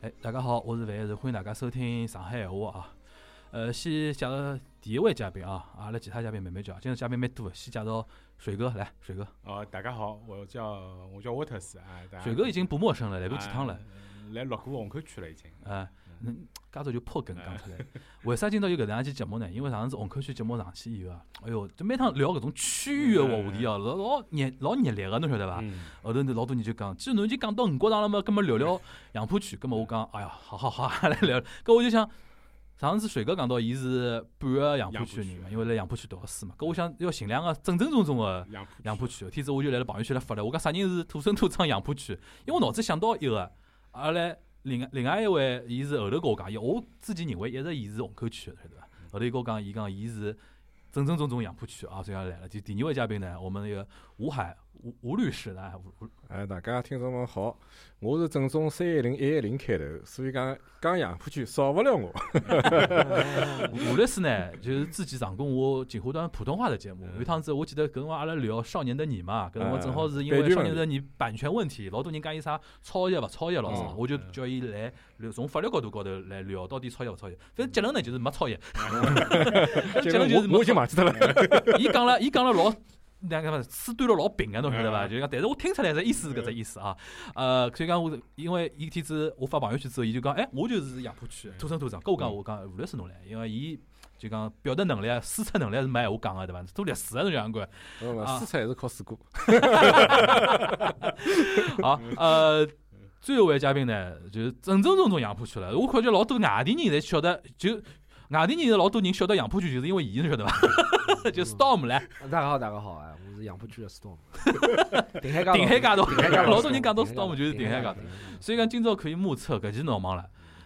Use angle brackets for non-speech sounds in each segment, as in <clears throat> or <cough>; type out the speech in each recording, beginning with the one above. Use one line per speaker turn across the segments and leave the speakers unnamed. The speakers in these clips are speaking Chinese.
哎，大家好，我是范，是欢迎大家收听上海闲话啊。呃，先介绍第一位嘉宾啊，阿拉其他嘉宾慢慢叫，今日嘉宾蛮多的，先介绍水哥来，水哥，
哦，大家好，我叫我叫沃特斯啊，大家
水哥已经不陌生了，来
来
过几趟了，，
来六过虹口区了已经。
啊，那加早就破梗讲出来。为啥今朝有搿能样期节目呢？因为上次虹口区节目上去以后啊，哎哟，就每趟聊搿种区域个话题啊，老老热老热烈个，侬晓得伐？
嗯，
后头呢，老多人就讲，既然侬已经讲到五角场了嘛，葛末聊聊杨浦区。葛末我讲，哎呀，好好好， <laughs> 阿拉聊。搿我就想，上次水哥讲到，伊是半个杨浦区的人嘛，因为辣杨浦区读个书嘛。搿我想要寻两个正正宗宗个
杨浦
杨浦区。天子我就来了朋友圈来发了，我讲啥人是土生土长杨浦区？因为我脑子想到一个，阿拉另外另外一位，伊是后头跟我讲，伊我之前认为一直伊是虹口区的，晓得伐？后头伊跟我讲，伊讲伊是正正宗宗杨浦区啊，所以讲来了。就第二位嘉宾呢，我们那个吴海吴吴律师呢，吴吴
哎，大家听众们好，我是正宗三一零一一零开头，所以讲讲杨浦区少不
<laughs>
了我。
吴律师呢，就是之前上过我锦华端普通话的节目。
嗯
有一趟子我记得搿辰光阿拉聊《少年的你》嘛，搿辰光
嗯
正好是因
版
为《
权
少
问
年
题
的你》版权问题，老多人讲伊啥超越勿超越老啥
嗯，
我就叫伊来聊从法律角度高头来聊到底超越勿超越。反正结论呢就是没超越， <laughs> 反正结论就是没啊
我我已经
超
忘记掉了。
越。伊讲了，伊讲了老。那个嘛，词端了老平啊，侬晓得伐？
嗯
就是讲，但是我听出来这意思是搿只意思啊。呃，所以讲我，因为伊天子我发朋友圈之后，伊就讲，哎，我就是杨浦区的土生土长。搿我讲，我讲，无论是侬来，因为伊就讲表达能力、输出能力是没闲话讲个，对伐？做历史个侬讲过。 <laughs>
不不，
啊
嗯四川还是靠水果。
好，呃，最后一位嘉宾呢，就是正正宗宗杨浦区了。我感觉老多外地人侪晓得，就外地人老多人晓得杨浦区，就是因为伊，侬晓得伐？ <laughs> 就 Storm 来，
大家好，大家好，哎，我是杨浦区
<laughs>
的 Storm，顶
嗯
海街道，
顶海街道
顶海街道
<laughs> 老多人讲到 Storm 就是顶
顶
海街
海街
道
道。顶海街道
所以讲今朝可以目测搿期闹忙了，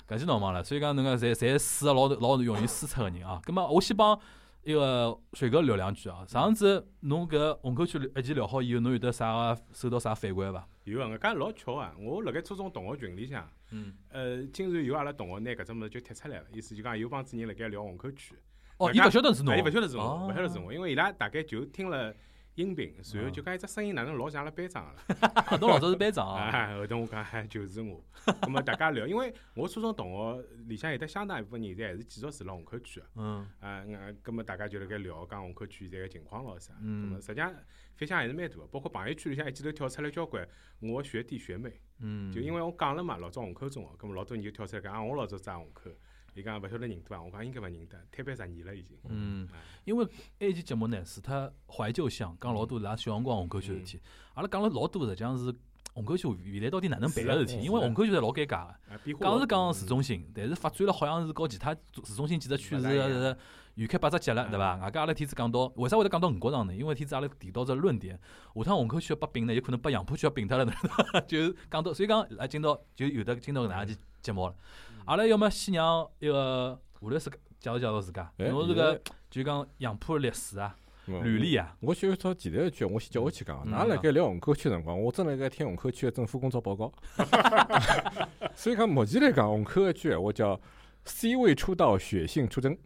搿期闹忙了，所以讲侬讲侪侪输老老容易输出个人啊。葛末我先帮一个水哥聊两句啊。上次侬搿虹口区一期聊好以后，侬有得啥个收到啥反馈伐？
有啊，搿家老巧啊！我辣盖初中同学群里向，
嗯，
呃，竟然有阿拉同学拿搿只物事就贴出来了，意思就讲有帮子人辣盖聊虹口区，
哦，伊勿晓得是侬，
哎伊勿晓得是
哦
我，勿晓得是我，因为伊拉大概就听了音频，随后就讲一只声音哪能老像阿拉班长个了。
啊 <laughs> 侬老早是班长啊。
啊，后头我讲 <laughs> 哎就是我，咁么大家聊，因为我初中同学里向有得相当一部分人现在还是继续住辣虹口区个，
嗯
啊，那咁么大家就辣盖聊讲虹口区现在个情况咯啥，咁
嗯
么实际上反响还是蛮大个，包括朋友圈里向一记头跳出来交关我学弟学妹，
嗯，
就因为我讲了嘛，老早虹口中学，咁么老多人就跳出来讲啊，我老早住虹口，伊讲勿晓得认得伐？我讲应该勿认得，摊班十年了已经，
嗯
啊，
因为埃期节目呢，除脱怀旧向讲老多伊拉小辰光虹口区的事体，
嗯
阿拉讲了老多，实际上是虹口区未来到底哪能办个事体，
是啊
因为虹口区侪老尴尬个。
啊，变化
讲
老
是
大
讲
嗯
市中心，但是发展了好像是和其他市中心几只区
勿
是
大一样
是远开八只截了，对
嗯
伐？外加阿拉天子讲到，为啥会得讲到五角场呢？因为天子阿拉提到只论点，下趟虹口区要被并呢，有可能被杨浦区要并脱了，侬知道伐 <laughs> 就是讲到，所以讲来今朝就有得今朝搿能样
嗯
子节目了。阿拉要么先让一个吴律师介绍介绍自家，
哎
侬是个就讲杨浦历史啊、
嗯
履历啊，
我就按照前头一句，我先叫我去讲啊。
嗯
㑚辣盖聊虹口区辰光，我正辣盖听虹口区的政府工作
<laughs>
报告。所以讲，目前来讲，虹口一句闲话叫 “C 位出道，血性出征”，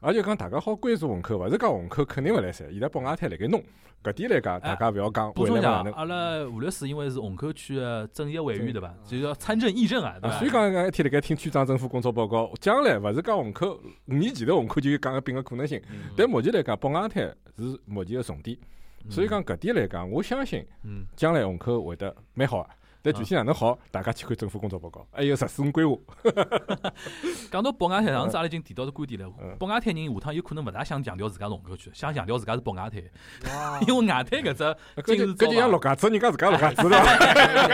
而且讲大家好关注虹口，勿是讲虹口肯定勿来三，现在宝雅滩辣盖弄，搿点来讲，大家勿要讲
哎补
未
充
来
一
勿
下哎
哪，能。
阿拉吴律师因为是虹口区的政协委员对伐？就要参政议政啊，对
嗯啊，
伐
所以？讲讲一天辣盖听区长政府工作报告，将来勿是讲虹口五年前头虹口就有讲个病个可能性，
嗯
但目前来讲，宝雅滩是目前个重点，所以讲搿点来讲，我相信
嗯，
将来虹口会得蛮好啊。但具体哪能好，大家去看政府工作报告，还哎有十四五规划。
讲到北外滩，上次阿拉已经提到这观点了
嗯。
北外滩人下趟有可能勿大想强调自家是虹口区，想强调自家是北外滩，
哇
<laughs> 因为外滩搿
<laughs>
只
搿就
今日
搿就像
早
陆家嘴，人家自家陆家嘴了。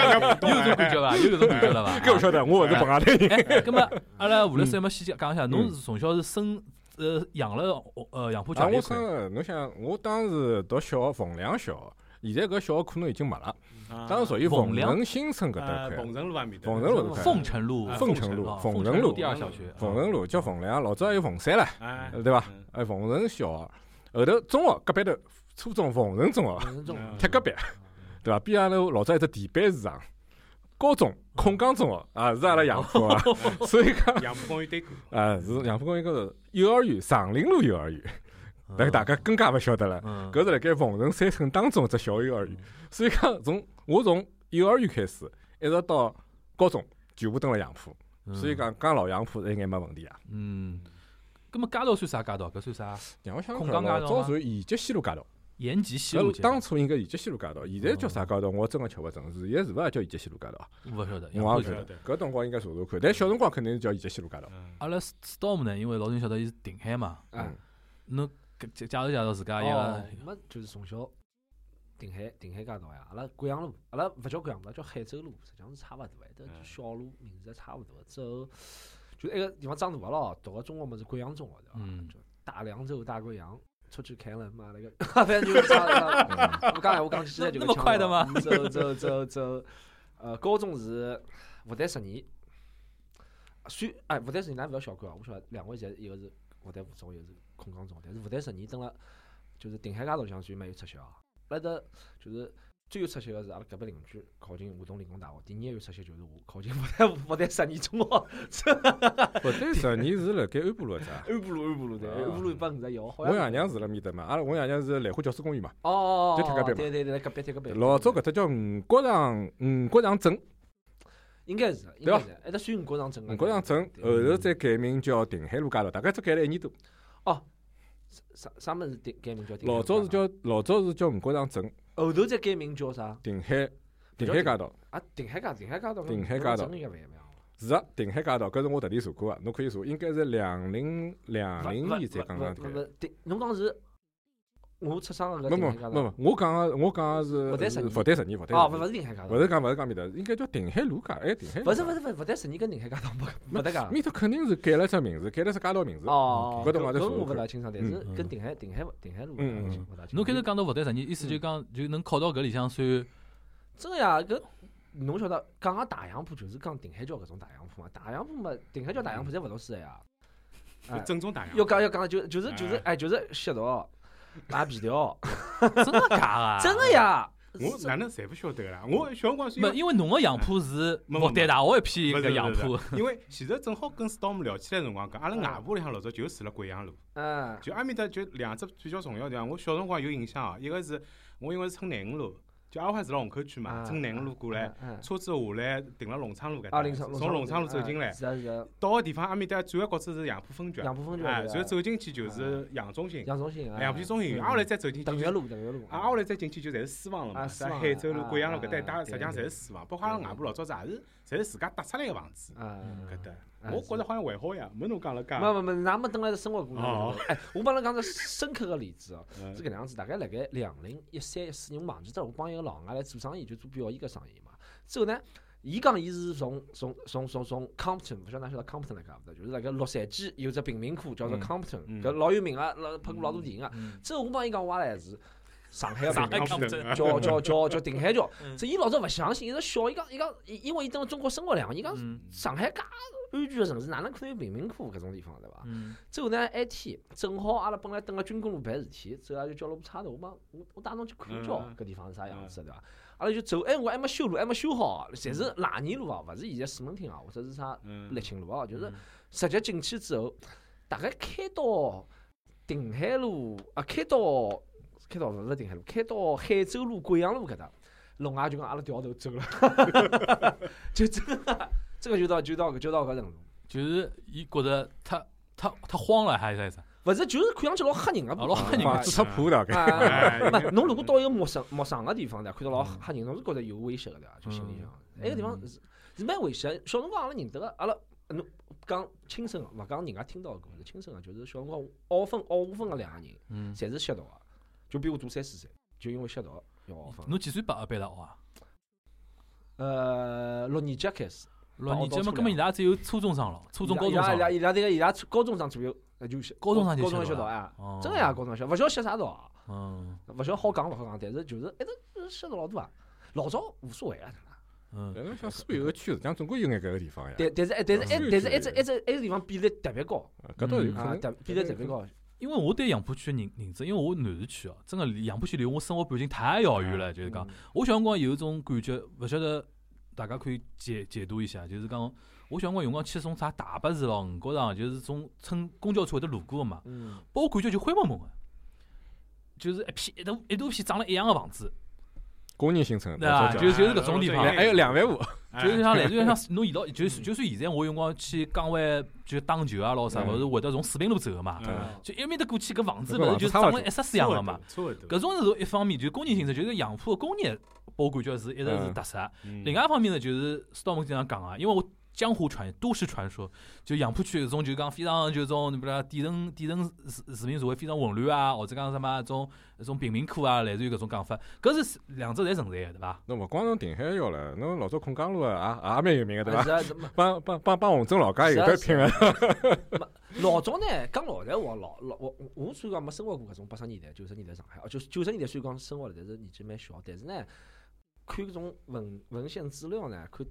有搿种感觉伐？有搿种感觉了
<laughs>
伐？
搿勿晓得，我勿是嗯北外滩人。
<laughs> 哎，葛么阿拉吴律师，要么先讲一下，侬是从小是生呃养了呃杨浦区
啊，
哪一
我
块
生？了，侬想，我当时读小学凤梁小学，现在搿小学可能已经没了。
啊
当时属于
凤
凤
梁
城新村搿搭
呃
一块
凤，城路阿面
凤城路搿块，
凤城路
啊，
凤城路
啊
凤
凤
城路
第二小学，
凤城路叫凤梁，老早还有凤山唻，
哎，
对伐
嗯？
哎，凤城小学，后头中学隔壁头初中凤城中学。
有人中
啊
嗯
了
踢隔壁，对伐？边阿拉老早一只地板市场，高中控江中学啊，是阿拉杨浦啊，
哦
<laughs> 所以讲
杨浦公园对过。
啊，是杨浦公园高头幼儿园长林路幼儿园，那个大家更加勿晓得了，
嗯，
搿是辣盖凤城三村当中一只小幼儿园，所以讲从我从幼儿园开始，一直到高中，全部蹲辣杨浦。所以讲讲老杨浦是应该没问题啊。
嗯，葛么街道算啥街道？搿算啥？
让我想
嗯空港
看
街
哦
道
早
吗
传延吉西路街道，
延吉啊西路啊
搿
街
当初应该延吉西路街道，现在叫啥街道我真个吃勿准，现在是勿是叫延吉西路街道啊？
勿晓得。
我也
杨浦
勿
区
晓
晓
得
得，
搿辰光应该查查看，但小辰光肯定是叫延吉西路街道。
嗯
阿拉 storm 呢，因为老早晓得伊是定海嘛，
啊，
侬介介绍介绍自家一
哦
个，
没就是从小定海定海街道呀，阿拉贵阳路，阿拉勿叫贵阳路，叫海州路，实际上是差勿多的，都
嗯
小路名字也差勿多。之后就埃个地方长大了咯，读个中学嘛是贵阳中学对伐？
嗯
就大凉州大贵阳。出去开了，妈了个， <laughs> 反正就是差不多我刚才我讲起现在就啊
那么快的吗？
走走走走，呃，高中是复旦十年，虽哎复旦十年咱勿要小看啊，我晓得两位侪一个是复旦附中，一个是空港中，但是复旦十年蹲辣就是定海街道里向算蛮有出息啊。阿拉搭就是最有出息个是阿拉隔壁邻居考进华东理工大学，第二有出息就是我考进复旦复旦十年中学， <laughs>
不对，十年是辣盖安波路一只啊。
安浦路安浦路对，安浦路帮五十一号，好
我
像
爷娘住辣面搭嘛，阿拉我爷娘是兰花教师公园嘛。
哦哦，
就贴隔壁嘛
对对对，隔壁贴隔壁。
老早搿只叫五角场，五角场镇，
应该是，应
对吧
该是，哎，他算五角场镇啊。
五角场镇
对
后头再改名叫定海路街道，大概只改了一年多。
哦，啥啥么子改改名叫定海
老早是
路
叫老早是叫五角场镇，
街道，后头再改名叫啥？
定海
不
定
叫
海街道
啊，定海街道，定海街道，
定海街道
应该勿一样。
是啊，定海街道，搿是我特地查过个，侬可以查，应该是两零两零年才刚刚
勿
改
勿。勿定，侬讲是，我出生个
没
搿定
没
海街道。
没没，我讲个我讲个
复旦
是
十年
是复旦十年，复旦
哦，勿
十
勿
年，
是定海街道。
勿是讲勿是讲面搭，应该叫定海路街，哎，定海路街
勿是勿是勿是勿是十二跟定海街道勿勿搭界。
面头肯定是改了只名字，改了只街道名字。
哦，
搿辰光
搿
在
搿
查
我
过
勿大清爽，但是
嗯
跟定海定海定海路
嗯嗯
勿大清。
侬开头讲到复旦十年，意思就讲就能考到搿里向算
真个呀，搿侬晓得讲个大洋铺就是讲定海桥搿种大洋铺嘛，大洋铺嘛，定海桥大洋铺侪勿老师个呀。
就
哎
正宗大洋。
要讲要讲就就是就是
哎
哎就是吸毒、拉皮条，
真个假啊？
真个！呀！
我哪能侪勿晓得个啦？我小辰光是因
没，
为
因为侬个杨浦是复
没没
旦大学一批
不
搿
是
杨浦，
<laughs> 因为其实正好跟 Storm 聊起来的辰光讲，阿拉外婆里向老早就住辣贵阳路，
嗯，
就埃面搭就两只比较重要的地方。我小辰光有印象啊，一个是我因为是乘南五路，就阿拉还住辣虹口区嘛，
啊
乘南五路过来，，
嗯，啊
车子下来停辣龙昌路搿搭
二零
从龙昌路走进来，
是啊是啊，
到个地方阿面搭转个角子是杨浦分局，
杨浦分局
哎，
是
然
啊
后走进去就是杨中心，
杨中心啊，
杨浦中心，
嗯
挨下来再走进去
邓
就是
园路，邓园路，
啊，挨下来再进去就侪是私房了嘛，啥
啊私房
海州路、
啊
贵阳路搿
啊
搭一
啊
带，
啊
实际上侪
对
是私房，包括阿拉
对
外婆老早子也是，侪是自家搭出来个房子。
啊，
嗯搿
搿
搭，
啊
我觉着好像还好呀，没侬讲了介。
没没没，那么等来的生活过程
哦
中，哎，我帮侬讲个深刻个例子哦，
嗯
是搿能样子，大概辣盖两零一三一四年，我忘记掉，我帮一个老外来做生意，就做表演搿生意嘛。之后呢，伊讲伊是从从从从从 Compton，勿晓得㑚晓得 Compton 辣盖勿搭，就是辣盖洛杉矶有只贫民窟叫做
嗯
Compton，
嗯
搿老有名啊，老拍过老多电影啊。之后我帮伊讲，我也来自上海个
嗯上海
贫民窟
讲
抗
不
争
准。
叫叫叫叫定海桥
嗯。
这伊老早勿相信，伊直笑，伊讲伊讲，伊因为伊蹲辣中国生活两年，伊讲
嗯
上海介安全个城市，哪能可能有贫民窟搿种地方对伐？
嗯
之后呢，埃天正好阿拉本来等个军工路办事体，之后阿拉就叫了部差头，我帮我我带侬去看叫
嗯
搿地方是啥样子对伐？阿拉就走，哎，我还没修路，还没修好啊，侪
嗯
是烂泥路啊，勿是现在市门厅啊，或者是啥
嗯
沥青路啊，就是直接进去之后，大概开到定海路啊，开到开到勿是定海路，开到海州路、贵阳路搿搭，龙爷就讲阿拉掉头
<laughs>
走了，就真的，这个就到就到就到搿程度。
就是伊觉着太太太慌了，还是啥意思？
勿是，就是看上去老吓人个，
哦老吓人啊
房子太破 <laughs> 了，
啊
哎 <laughs>
啊，
哎
啊
哎
不，侬如果到一个陌生陌生个地方的，看到老吓人，侬是觉着有威胁个对伐？就心里向，埃个地方是是蛮危险的。小辰光阿拉认得个，阿拉侬讲亲身个，勿讲人家听到个故事，亲身个就是小辰光熬分熬五分个两个人，
嗯，
侪是吸毒个，就比我大三四岁，就因为吸毒要熬分。
侬几岁毕业毕业大学啊？
呃，六年级开始，
六年级嘛，
初两
根本伊拉只有初中生了，初中、高
伊
中
拉伊
生
拉
了。
伊拉这个伊拉初高中生左右，呃就是
高中生就
高中
吸
吸
毒
毒
了
啊，
哦
真个呀，高中吸，勿晓得吸啥毒啊。
嗯
勿晓得好讲勿好讲，但是就是一直吸毒老多啊。老早无所谓啊，
嗯，
但是哎像苏有个区，实际上总归有眼搿个地方呀。
但但是哎但是哎
嗯
但是一只一只一个地方比例特别高
啊搿倒有可
啊，
能。
特比例特别高。
因为我对杨浦区的认认知，因为我南市区哦，真个离杨浦区离我生活半径太遥远了，就是讲，
嗯，
我小辰光有一种感觉，勿晓得大家可以解解读一下，就是讲，我小辰光有辰光去从啥大巴士咯、五角场，啊就是从乘公交车会得路过个嘛，
嗯，
拨我感觉就灰蒙蒙个，啊就是一片一大一大片长了一样个房子，
工人新村，
对伐？
老早
就
叫
就是搿种地
啊
方哎
对。
哎还有两万五，
嗯
就是像类似于像侬现到，就就算现在我有辰光去岗位就打球啊，咯啥，勿是会得从四平路走个嘛，
嗯
就一面搭过去搿房子
搿
勿
房
是
子
就
差
长
勿
了
多
一色四啊样个嘛。
差勿多，
搿种是一方面，就是工业性质，就是杨浦的工业，我感觉是一直是
嗯
特色。
嗯
另外一方面呢，就是斯道姆经常讲啊，因为我江湖传都市传说，就杨浦区有种就讲非常就种，比如讲底层底层市市民社会非常混乱啊，或者讲什么种种贫民窟啊，类似于搿种讲法，搿是两者侪存在的，对伐？
侬勿光从定海要了，侬老早孔江路啊也也蛮有名个对伐？
是啊，啊是嘛
帮帮帮帮洪镇老家有得拼啊个，
老早呢，讲老实话，老老我我我虽然讲没生活过搿种八十年代、九十年代上海，哦，就是九十年代虽然讲生活了，但是年纪蛮小，但是呢，看搿种文文献资料呢，看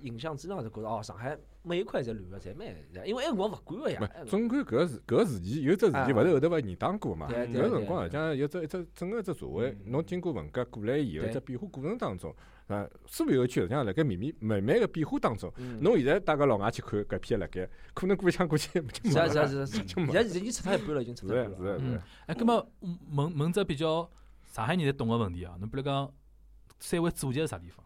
影像资料就觉着哦，上海每一块侪乱个，侪蛮，因为埃辰光勿管个呀，
勿总归搿个事搿个事件有只事件勿是后头勿延宕过嘛？
啊对
搿
对嗯
辰光实际上有只一只整个一只社会，侬经过文革过来以后，
对
一只变化过程当中，呃，所有个区实际上辣盖慢慢慢慢个变化当中，
嗯
侬现在带个老外去看搿批辣盖，可能过一枪过去 <laughs> 就没
是啊
了。
是啊是啊，是啊
就没
现在已经撤掉一半了，已经撤
是
掉一
的
半
是的，
了啊。
是
嗯
的，
哎，葛么问问只比较上海人侪懂个问题啊，侬比如讲三湾祖籍是啥地方？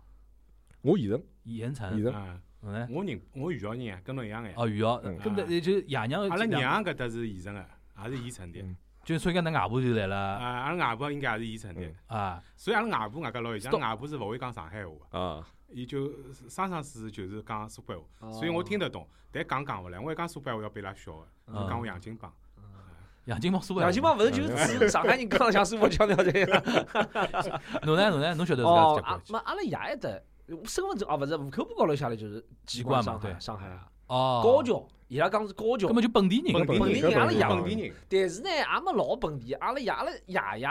我现成
盐城
现，成，
啊，
嗯呢？
我人我余姚人啊，跟侬一样个呀。
哦，余姚，
嗯
搿么也就是爷娘，
阿拉娘搿搭是宜城个，也是宜城的。
嗯
就所以讲㑚外婆就来
啊，
了
阿拉外婆应该也是宜城的
嗯，
啊，
所以阿拉外婆外加老有
懂
像外婆是勿会讲上海话的，
啊，
伊就生生世世就是讲苏北话，
哦
所以我听得懂，但讲讲勿来。我一讲苏北话要比伊拉笑个，
嗯
就讲我洋泾浜。
杨金帮苏北人，
杨金帮勿是就是指上海人讲像苏北腔调这样。
侬呢侬呢侬晓得自
哦
家，
阿
讲
没阿拉爷一代，身份证啊勿是户口簿高头写了就是
籍贯嘛
上海
对
上海啊，
哦，
高校，伊拉讲是高校
根，本就本地人，
本地
本地
人
人阿拉
养
养
本地人，
但是呢也没老本地，阿拉爷阿拉爷爷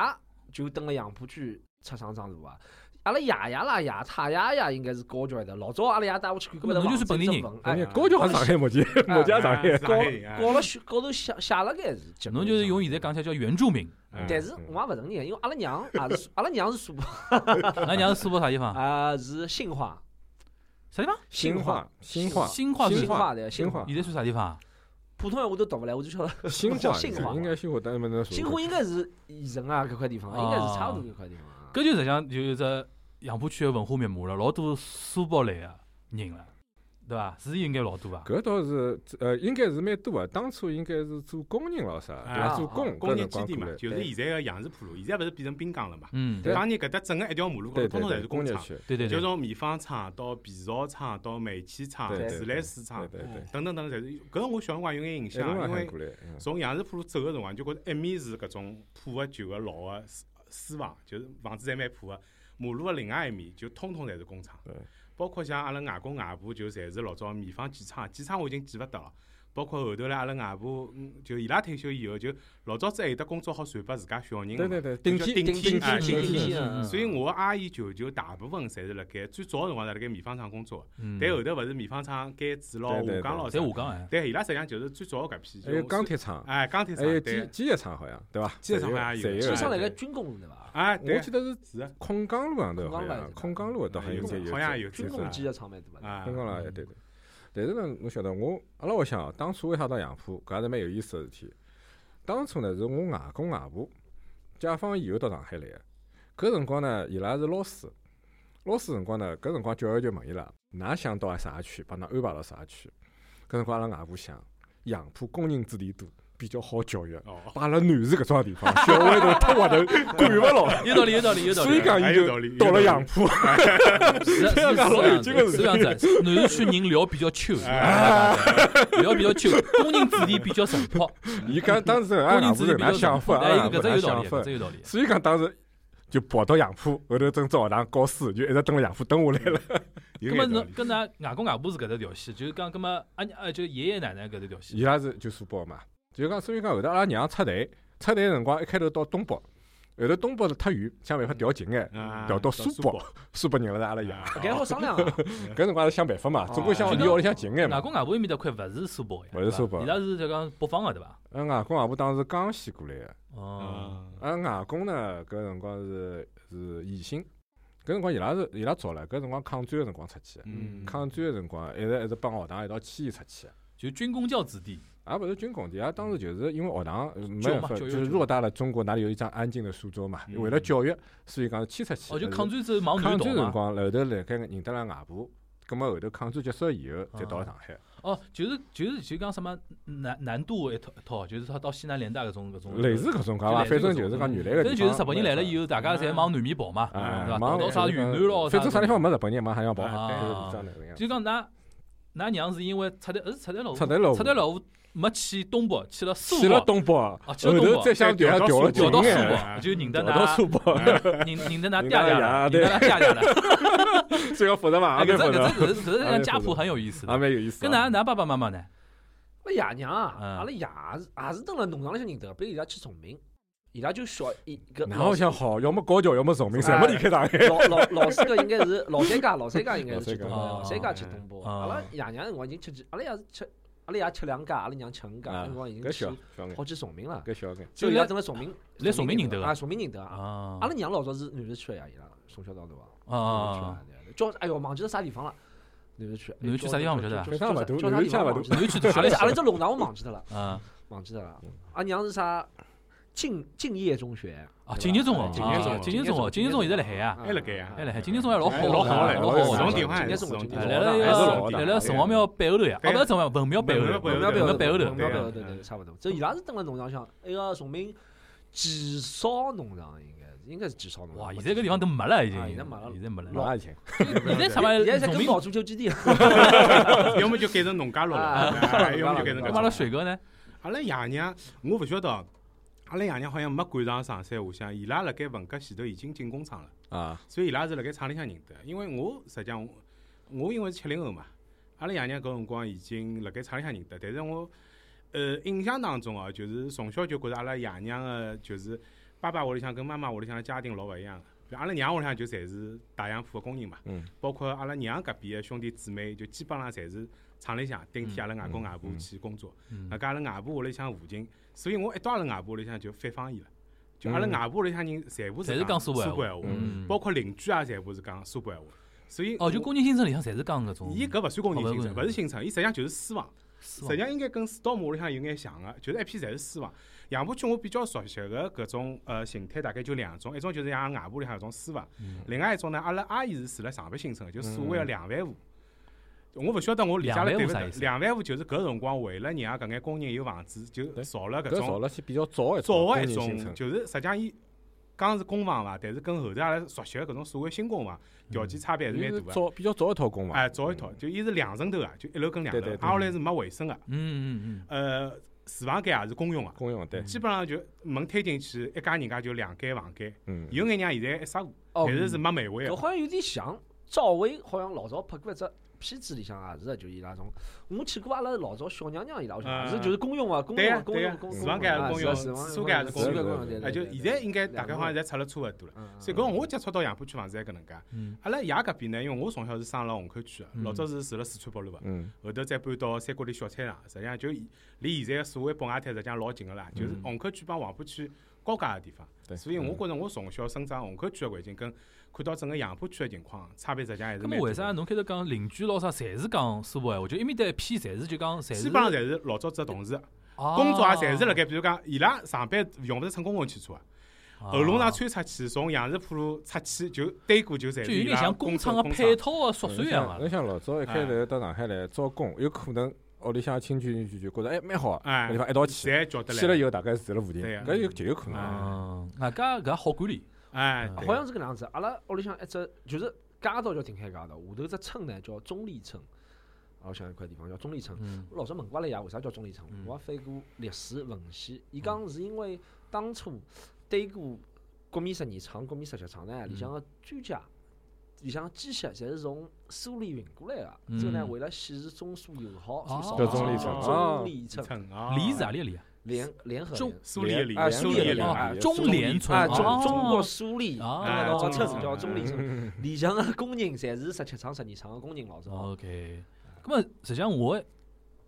就蹲辣杨浦区出生长大啊。阿拉爷爷啦、爷太爷爷应该是高校一代，老早阿拉爷带我去看搿
侬就是本地人
人
人
哎
家，高桥也上海目
<laughs>
前目前也上海
啊，
高
人啊
高了学高头写写了该是结
就
棍上海。
侬就是用现在讲起来叫原住民，
嗯
但是我也勿承认，因为阿拉娘也是，阿拉娘是苏北
啊俺娘是苏北啥地
<laughs>
方？
啊，是新化，
啥地方？
啊
新化新化
新化
新
是
新
化
化的
新
新
化
化，
现在算啥地方啊？
普通闲话都读勿来，我就晓得
新
叫
化
新化
应该新化，但是没能说
新化应该是宜城啊搿块地方，应该是差勿多搿块地方啊。
搿就实际上就是只杨浦区的文化面貌了，老多苏北来的人了，对伐？是应该老多伐？啊
搿倒是，呃，应该是蛮多啊。当初应该是做工人咯啥，对伐？
啊
做工，
工
搿
业基
辰光
地
过
嘛
来，，
就是现在个杨氏浦路，现在勿是变成滨江了嘛？
嗯，
对
当年搿搭整个一条马路高头，
对
通通侪
对对，
是
工业
厂，
区，
对对
就
对，
从棉纺厂到皮草厂到煤气厂、
对
对
自来水厂
对对对，
等等等等，侪是。搿我小辰光有眼印
一
象，
路
啊因
喊
为
过来，嗯
从杨氏浦路走个辰光，就觉着一面是搿种破个旧个老个私私房，就是房子侪蛮破个。马路个另外一面就通通侪是工厂
对，
包括像阿拉外公外婆就侪是老早棉纺机厂，机厂我已经记勿得了。包括后头来阿拉外婆，嗯就伊拉退休以后，就老早子还有得工作好传拨自家小人
对
嘛
对对，顶
就
替
顶
替
替啊
顶
顶
替
替。
嗯
所以我阿姨舅舅大部分侪是辣盖最早的辰光是辣盖棉纺厂工作，
嗯，
但后头勿是棉纺厂改制咯，
对对
下岗咯啥
在。下岗哎，
但伊拉实际上就是最早的搿批，
还有
就
钢铁厂，
哎钢铁
还
厂
有机
对，
机械厂，好像对伐？
机械厂好像
侪
有
有啊
基本
侪
上
有。
辣盖军工路对伐？
哎对
我记得是
是啊
空江路上头，好
空江
像空江路
路是吧
倒好像
有
应该有一只，
好像有
军
这个
工机械厂蛮多伐？
啊
空，江路也对对。但是呢，侬晓得我阿拉屋里向啊当初为啥到杨浦，搿也是蛮有意思个事体。当初呢是我外公外婆解放以后到上海来个，搿辰光呢伊拉是老师，老师辰光呢搿辰光教育局问伊拉，㑚想到啥区，帮㑚安排到啥区。搿辰光阿拉外婆想，杨浦工人子弟多，比较好教育。
哦，
摆辣南市搿种地方，小孩头太滑头，管勿牢。
有道理有道理有道
所以
理。
讲，伊
有道理
就
有
到
道
了
理
杨浦。
是是这样子，是这样子。南市区人聊比较秋，聊比较秋，工人子弟比较淳朴，
伊 <laughs> 讲当时
工
俺
人
外
子
婆
弟
是
比
哪
较
想
淳朴。
法，
哎，
俺
搿只有道
想
理，
法
搿。只有道理。
所以讲当时就跑到杨浦，后头真正学堂教书，就一直蹲辣杨浦蹲下来了。
有
葛么
眼道
侬
理。
跟㑚外公外婆是搿搭条线，就是讲葛么阿娘呃，就是爷爷奶奶搿搭条线。
伊拉是就苏北嘛，就讲所以讲后头阿拉娘出台，出台辰光一开头到东北，后头东北是太远，想办法调近眼，
啊
调到苏
苏
北，苏北人勿是阿拉爷。
啊
搿还好商量啊，
搿辰光嗯哦是想办法嘛，总归想离屋里向近眼
外
嘛。
公外婆伊面搭块勿是苏北呀，
勿是苏北
伊拉是就讲北方个对伐？
俺呃外公外婆当时江西过来个，
哦，
啊
俺外公呢搿辰光是是宜兴，搿辰光伊拉是伊拉早了，搿辰光抗战个辰光出去的，
嗯，
抗战个辰光一直一直帮学堂一道迁移出去的。
就军工教子弟，
也勿是军工地，也
嗯
当时就是因为学堂呃没
教
办
嘛
法，
教
就
育
是
教育
偌大了中国哪里有一张安静的苏州嘛？
嗯
为了教育，所以讲迁出去。
哦，就
呃
抗战之后往
抗
南
战
逃
辰
嘛。
光，后头辣盖认得了外婆，葛末后头抗战结束以后，就到了上海，
哦，就是就是就讲什么南南渡一套一套，就是他到西南联大搿种搿
嗯
种
类似搿种讲
就
法，
类似
反
搿
正
种
就是讲原
反正
来个地方。嗯
就是日本人来了以后，大家侪往南面跑嘛，
哎，
对伐？跑
忙
到啥云南咯，
反正啥
啥
地方没日本人嘛，还要跑，
啊
就是这样的样子。
就讲㑚㑚娘是因为出台，呃是出台老
出
虎，
台老
出台老虎没去东北，去了苏
去了
北，
东北，后
啊去了东北
头再向底下调了
调
调
到苏
哎
北，就认得
调到
㑚
苏北，
认认得㑚爹
认得
爹
㑚
了，
爷
认得㑚爹爹了。
最后复杂嘛，
哎
也蛮
搿
复
只搿，
杂
只搿只搿只
阿妹
讲家
复
谱
杂
很有意思的
也。蛮有意思
跟
啊。
㑚㑚爸爸妈妈呢？
我爷娘啊，
嗯
阿拉爷是也是蹲辣农场里向认得，被伊拉去崇明，伊拉就小一个
哪好像好，要么高调，要么崇明，侪没离开上海。
老老老师个应该是老三家，老三家应该是去东北，
老
老
三
三
家
家去东北。
啊
阿拉爷娘辰光已经吃几，阿拉爷是吃，阿拉爷吃两家，阿拉娘吃五家，
啊
那辰光已经
搿
去
小小眼，
跑去崇明了。
搿小眼，
就伊拉蹲辣崇明，
来崇明认得
啊，崇明认得啊。
啊
阿拉娘老早是南市区个呀，伊拉从小到大啊
啊啊！啊，
南市区的叫哎哟，忘记了啥地方了。南市区，
南市区啥地方勿晓得啊
叫叫叫叫啥地方忘记了
南区都啥
阿
来
拉阿拉这弄堂我忘记得了。
啊
忘记得了。阿娘是啥？敬敬业中学
啊！
对吧
景业中学，
哎
景业中学
啊景业中学，景业中学现在辣海啊，
还辣盖啊
还辣海，景业中学老好
哎
玩，
老
好
好嘞，
老
自
好
从
玩。
电话
今
还
天
是
是
自
我
从
今
电
天
来
话，
是
了
我
一
还
个来
是老
大
的
了城隍庙背后头呀，啊，
对
勿是城隍庙，背后头，
背后头
背后
文庙
头，
背后头，
背后头
文庙背后头，
对啊
对，差不多。这伊拉是蹲辣农场向，哎个崇明几少农场应该是应该是几少农场。
哇，现在搿地方都没了，已经，
啊现在没了
现在没了。
老以前
现在啥嘛？
现在才
农
跟
民
老足球基
<laughs>
地，
要么就改成农家乐了，
啊
<laughs> 哎要么就改成
干嘛
搿种
了？水哥呢？
阿拉爷娘，我勿晓得，阿拉爷娘好像没赶上上山下乡，伊拉辣盖文革前头已经进工厂了，
啊，
所以伊拉是辣盖厂里向认得。因为我实际上我我因为是七零后嘛，阿拉爷娘搿辰光已经辣盖厂里向认得，但是我呃印象当中哦、就是从小就觉着阿拉爷娘个就是爸爸屋里向跟妈妈屋里向的家庭老勿一样个。比如阿拉娘屋里向就侪是大洋铺个工人嘛，
嗯
包括阿拉娘搿边个兄弟姊妹，就基本上侪是厂里向顶替阿拉外公外婆
嗯嗯
去工作。
嗯
啊，，加阿拉外婆屋里向附近，所以我一到阿拉外婆屋里向就反方言了，就阿拉
嗯
外婆屋里向人全部
侪是
讲
讲苏
北
北
话，
嗯
包括邻居啊，全部是讲苏北话，所以
哦，就
我
工人新村里向侪是讲搿种，
伊搿勿算工
哦勿是
人新城，
工
勿
人
是新城，伊实际上就是私房，
是
实
吧
际上应该跟四道马屋里向有眼像个，就是一批侪是私房。杨浦区我比较熟悉个搿种呃形态大概就两种，一种就是像外婆屋里向搿种私房，
嗯
另外一种呢，阿拉阿姨是住辣上北新村的，就所谓个两万户。我勿晓得我理解了对
两万户
勿
啥
对
意。思
两万户就是搿辰光为了让搿眼工人有房子，就
对
造了搿
搿
种
造了些比较早一
造
工
个
人
一
新
种，
村，
就是实际上伊讲是公房伐，但是跟后头阿拉熟悉的搿种所谓新公房条件差别还是蛮
就是
大个。
早比较早一套工房，
啊哎，造一套，就伊是两层头个，就一楼跟两
对
楼
对，对
挨下来是没卫生个，
嗯嗯
呃，厨房间也是公用个，
公用
嗯
对，
基本上就门推进去，一家人家就两间房间，
嗯，
有眼像现在一杀户，
哦
但，是是没霉味啊
搿
个。
好像有点像赵薇，好像老早拍过一只片子里向也啊是的，就伊拉种。我去过阿拉老早小娘娘伊拉屋里向，
嗯
也是就是公用啊，公
对
用
呀
啊公
对
用啊
呀
公
厨房间也是公用
厕
厕所间也是
公用
对
哎，
嗯哦对
就
对
现在应该
对
大概
两
好像
个
侪出了差勿多了。
嗯嗯
所以搿我接触到杨浦区房子还搿能介。
嗯
阿拉爷搿边呢，因为我从小是生辣虹口区个，
嗯
老早是住辣四川北路个，
嗯
后头再搬到三角里小菜场，实际上就以离现在所谓北外滩实际上老近个
嗯
啦，就是虹口区帮黄浦区交界个地方。
对，
所以
嗯
我觉着我从小生长虹口区个环境，跟看到整个杨浦区个情况差别实际上还
嗯。
是
咁么
蛮大
为
的。
啥侬开头讲邻居老啥侪是讲苏北闲话？就埃面搭一批侪是就讲侪
基
是
本上侪是老早子个同事，
啊
工作也侪是辣盖，比如讲伊拉上班用勿着乘公共汽车啊，后龙
啊
塘穿出去，从杨市浦路出去就对过就
就
侪
是有
伊
点
拉
像
工
工
作
厂个
工
配套个宿舍
侬
一
像
样啊
侬。像老早一开头到上海来招工，有可能屋里向亲戚就就觉着哎蛮好，
哎
搿地方一道去，
侪叫得
去了
来。
以后大概住了附近，
对呀
搿有就有可能
啊
啊，
嗯，外加搿好管理，
哎，
嗯
对
好像是搿能样子。阿拉屋里向一只就是街道叫定海街道，下头只村呢叫中立村。啊我想一块地方叫中立村。
嗯
我老早问过阿拉爷为啥叫中立村
嗯，
我也翻过历史文献，伊讲是因为当初对过国民十二厂、国民十七厂
嗯
呢，里向个专家。里向个机械侪是从苏联运过来
嗯
个，之后呢，为了显示中苏友好，
哦
所以
叫
少
中立
叫
村
哦
中立村
村啊，
里是何里个里啊？
联联合
中
联
苏联
联
里
啊，
苏
联
里
联
啊，
啊，
联
中联村
啊，中
哦
中国苏联
啊
那个
中
村
国
叫中立村，里向个工人侪是十七厂、十二厂个工人老早。
OK，咁么实际上我的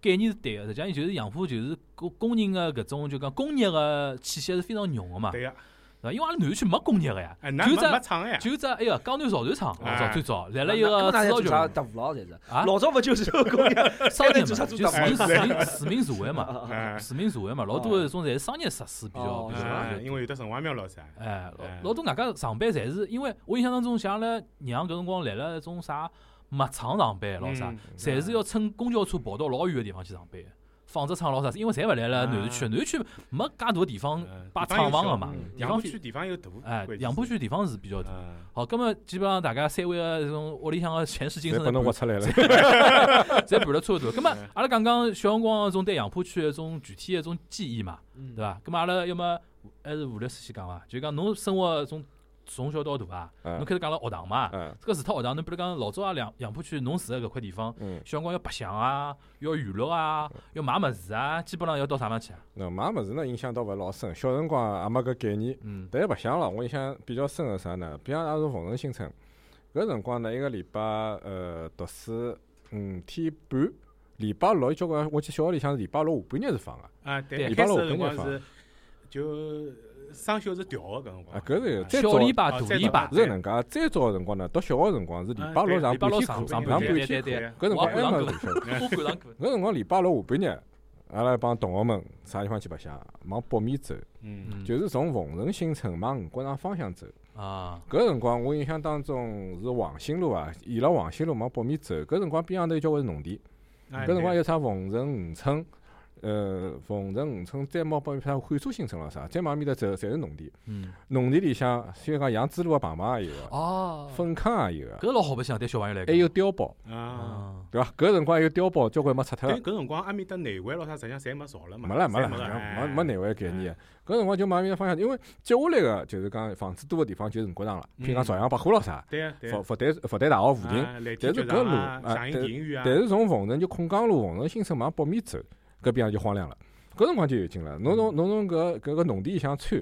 概念是对个，实际上就是杨浦就是工工人个搿种就讲工业个气息是非常浓个嘛，对
对呀，
伐？因为阿拉南区没工业个呀，
哎，那
就
没
只
没厂呀，
就只哎呀江南造船厂老早
哎
最早来
阿
了一个
大
制造
家做
局
啥搭扶老侪是，
啊，
老早勿就是个工人
<laughs>
商业嘛，
做啥
就
做
市民
啥
市民市民社会嘛，
哎，哦
市民社会嘛，老多搿种侪是商业设施比较
哦
比
是吧
较
哎。因为有的城隍庙老师啊，
哎，
哎
老老多外加上班侪是因为我印象当中，像阿拉娘搿辰光来了种啥麦厂上班老啥
嗯，
侪是要乘公交车跑到老远个地方去上班。纺织厂老啥，因为侪勿来了南市区，
啊
南市区没介大地方
嗯
摆
地方
厂
又
房
小
个嘛
嗯，
地
杨浦
方
区地方又大，
哎
关，键
杨浦
是
区地方是比较大。
嗯
好，葛么基本上大家三位个这种屋里向个前世今
侪
生
拨
的
侬
盘
挖出来了。
侪盘了差勿多。葛么
嗯
阿拉讲讲小辰光种对杨浦区个种具体个种记忆嘛，
嗯
对伐？葛么阿拉要么还是吴律师先讲伐？就讲侬生活从从小到大啊，
嗯
侬开始讲了学堂嘛，
嗯
这个除脱学堂，侬比如讲老早啊杨杨浦区侬住个搿块地方，
嗯，
小辰光要白相啊，要娱乐啊，要买物事啊，基本上要到啥地方去啊？
那买物事呢，印象倒勿是老深。小辰光也没搿概念，
嗯
但是白相了，我印象比较深个啥呢？比方阿拉是凤城新村，搿辰光呢，一个礼拜呃读书五天半，礼拜六交关，我记得小学里向是礼拜六下半日是放个。
啊，
对
对，
礼
一
拜
开
六
始
我
的辰光
跟你放
是就呃双休是调的搿辰光
啊搿是有
啊
再
小
早
礼拜、大
哦再
礼
早
拜，
是搿能介，最早个辰光呢，读小学个辰光是礼拜六
啊
礼
上
拜
半
六
天
上
课，
上
上
班
半
课，
天
对对
课。
对啊
对
对，
搿辰光
我也
还
赶
没
过
大小。
我感觉过。
搿辰光礼拜六下半日，阿拉帮同学们啥地方去白相？往北面走，
嗯，
就
就是从凤城新村往五角场方向走。
啊，
搿辰光我印象当中是黄兴路啊，沿牢黄兴路往北面走。搿辰光边上头有交关是农田，
哎
搿辰光
对
有啥凤城五村，呃，凤城五村再往北面啥汉州新村咾啥，再往埃面搭走侪是农田。
嗯，
农田里向，先讲杨子路个棒棒也有啊，
哦，
粉糠也有啊，
搿老好白相，对小朋友来
还
讲。
有碉堡，
啊，
啊，
对伐？搿辰光还有碉堡，交关没拆脱
因
个
为。搿辰光阿面搭内环咯啥，实际上侪没造了嘛，
没了
侪
没了，
哎
没没内环概念。啊搿辰光就往埃面搭方向，因为接下来个就是讲房子多个地方就是五角场了，譬如
嗯
讲朝阳百货咯啥，
对啊对
复
啊，
复旦复旦大学附近。
啊，来
但
天
是
剧
搿
场
路
啊
啊
上映
但
电影院啊，
但是从凤城就孔江路、凤城新村往北面走，搿边上就荒凉了。搿辰光就有劲了，侬从侬从搿搿个农田里向穿，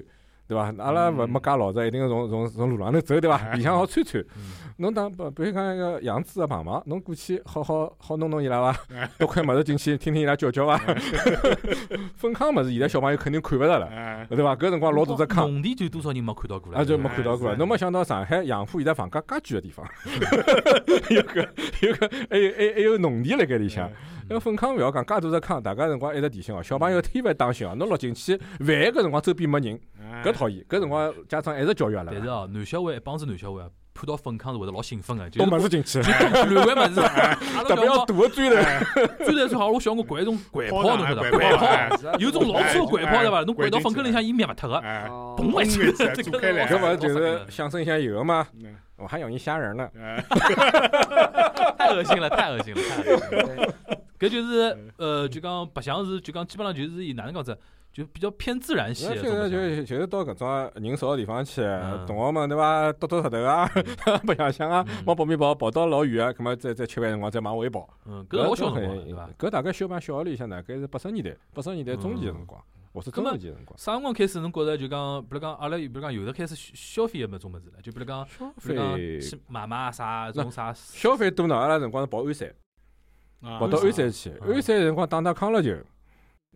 对伐？阿拉勿
嗯
没介老早，一定要从从从路浪头走，
<laughs>
对伐？里向好穿穿。
嗯
<laughs> 侬当比比如讲一个杨子个棒棒，侬过去好好好弄弄
<laughs>
伊拉伐？多块物事进去，听听伊拉叫叫伐？
嗯
<laughs> 粪坑物事现在小朋友肯定看勿着了，
哎
对伐？搿辰光啊老大只坑。
农田就多少人没看到过
嗯
了，
啊，就没看到过了。
是
侬没想到上海杨浦现在房价介贵个地
<laughs>
方，有个有个还有还还有农田辣盖里向。
哎
要粪坑勿要讲，介大只坑，大家辰光一直提醒哦，小朋友千万当心哦，侬落进去，万一搿辰光周边没人，
哎
搿讨厌。搿辰光家长一直教育阿拉
但是，哦，男小孩一帮子男小孩啊，看到粪坑是会得老兴奋个，就
动
是
物事进去，
乱玩物
<laughs>
事。啊阿拉
特
小
别要
光
大个砖
哎
哎
<laughs> 头。
最来最好，我小辰光掼一种掼炮，侬晓得伐？
掼
掼
炮
炮
哎
<laughs> 是啊
有种老粗掼炮对伐？侬掼到粪坑里向，伊灭勿脱个，
哎，
哦
嘣一
嘣一
声，
声
这个
炸开来
搿勿
老
就
吓人
是
了
相声里向有个嘛？
嗯
我还容易吓人呢。
哎
<laughs>
太恶心了，太恶心了，太恶心了。
对
搿
<laughs> 嗯
就是呃，就讲白相是，就讲基本上就是以哪能讲子，就比较偏自然系的
现在
这种白
就
相。
是就是到搿种人少个地方去
嗯，
同学们对伐？剁剁石头啊， <laughs> 白相相啊
嗯，
往北面跑，跑到老远啊，葛末再再吃饭辰光再往回跑。
嗯，搿老小辰光了
很
对伐？
搿大概小班小学里向大概是八十年代，八十年代中期个辰光，
嗯
或是中后期个辰光。
啥辰光开始侬觉着就讲，比如讲阿拉比如讲有的开始消消费有没种物事了？就比如讲，
消
比如讲
费
去买买啥种啥
消费多呢，阿拉辰光是跑鞍山，
啊
跑到鞍山去。
嗯
鞍山辰光打打康乐球，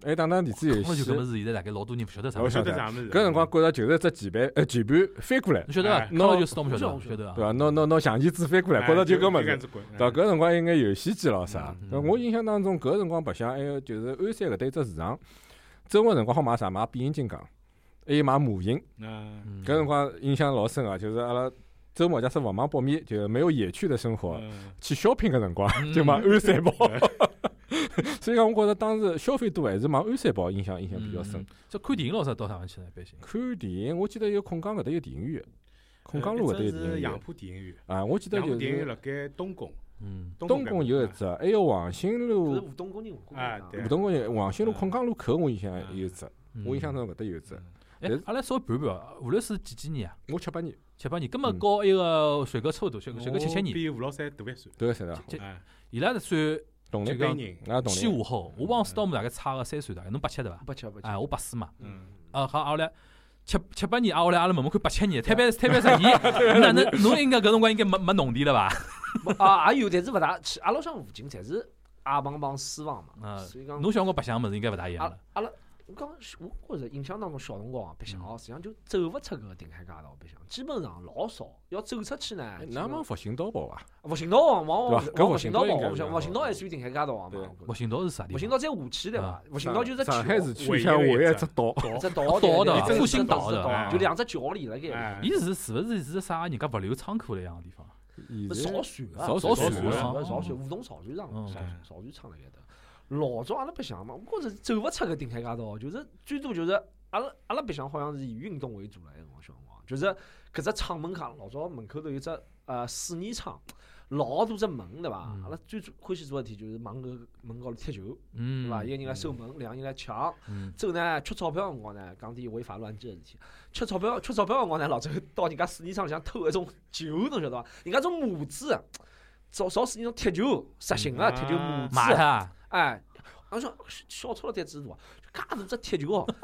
哎还打打电子游
康乐
戏
球。搿物事现在大概老多人勿晓得啥
我
我
物事，
晓
晓
得
得
啥物事，
搿辰光觉着就是只棋盘，呃，棋盘翻过来，
侬晓得伐？
哎
康乐球是到没晓得伐？
我
晓得
对啊
伐？
伐？拿拿拿象棋子翻过来，觉着就搿物事。
子，
到搿辰光应该游戏机咯啥
嗯。
搿我印象当中，搿辰光白相还有就是鞍山搿搭有只市场，周末辰光好买啥？买变形金刚，还有买模型。
嗯，
嗯
搿辰光印象老深啊，就是阿拉周末假使勿忙北面，就是没有野趣的生活，
嗯
去 shopping 搿辰光
嗯
就往鞍山跑。 <laughs> 所以讲，我觉着当时消费多还是往鞍山跑，印象印象比较深
嗯。。这看电影老啥到啥地方去呢？一般性。
看电影，我记得有孔江搿搭有电影院，孔江路
搿
搿搭有
只
电
呃哎是
影
杨
院
浦电影院，
啊，我记得
杨浦
就
电影院
是
辣盖东宫，
嗯，
东宫有一只，还有黄兴
搿是
路。
吴东工人文化
啊
宫
对
吴东宫有黄兴路、
嗯
孔江路口，我印象有一只，
嗯
我印象。中搿搭有一
啊
只，
哎
但是，
阿拉稍微盘一盘，无论是几几年啊，
我七八年
七八年，根本
嗯
和一个帅哥差不多，帅哥帅哥七七年，
比吴老三大一岁，
都有三的，
这
啊，
伊拉是算
懂
这
的
个，
一人，
俺懂
七
的。嗯
五后，我帮 Storm 大概差个三岁大概，侬八七对伐？
八七八七
哎，我八四嘛。
嗯，
啊，好，阿拉七七八年，啊，后来阿拉问问看八七年，特别特别十二，哪能侬应该搿辰光应该没没农田了伐？
没啊，也有，但是勿大，去阿拉乡附近侪是阿帮帮私房嘛，
啊
所以讲
侬小辰光白相物事应该勿大一样
阿
了。
阿拉。我讲，我觉着印象当中小辰光啊白相哦，实际上就走勿出搿个定海街道白相，基本上老少。要走出去呢，
哎那么复兴到宝伐？
复兴道往往
对吧搿
往
复
复
兴
兴
道
道
应该
往
是
往复兴道还算定海街道啊
对
嘛。
复兴道是啥地
复兴
方？
道再下去对伐？复兴道就是
上上海市区里向
唯一
唯一
一
一只
只
岛，
岛
只
啊
道
岛的
对对对
复兴
只
岛的
只
哎
就两只桥连辣盖。
哎
啊
伊是是勿是是啥人家勿留仓库了一样的地方？
现
不
在
潮船啊，
造
造
船
船
啊，
啊
潮船，武洞潮船厂，
嗯
潮船潮船厂辣盖搭。老早阿拉白相嘛，我觉着走勿出搿顶台阶道，就是最多就是阿拉阿拉白相好像是以运动为主了，埃辰光小辰光，就是搿只厂门口，老早门口头有只呃水泥厂，老大只门对伐？
嗯
阿拉最最欢喜做个事体就是往搿门高头踢球，
嗯，
对伐？一个人来守门，两个人来抢。
嗯，
之后呢，吃钞票的辰光呢，讲点违法乱纪的事体。吃钞票，吃钞票的辰光呢，老周到人家水泥厂里向偷一种球，侬晓得伐？人家种模子，造造水泥种铁球，实心
嗯
个
啊
铁球模
买
子，
它，
哎。俺说小钞了点制度啊，就介大只铁球哦，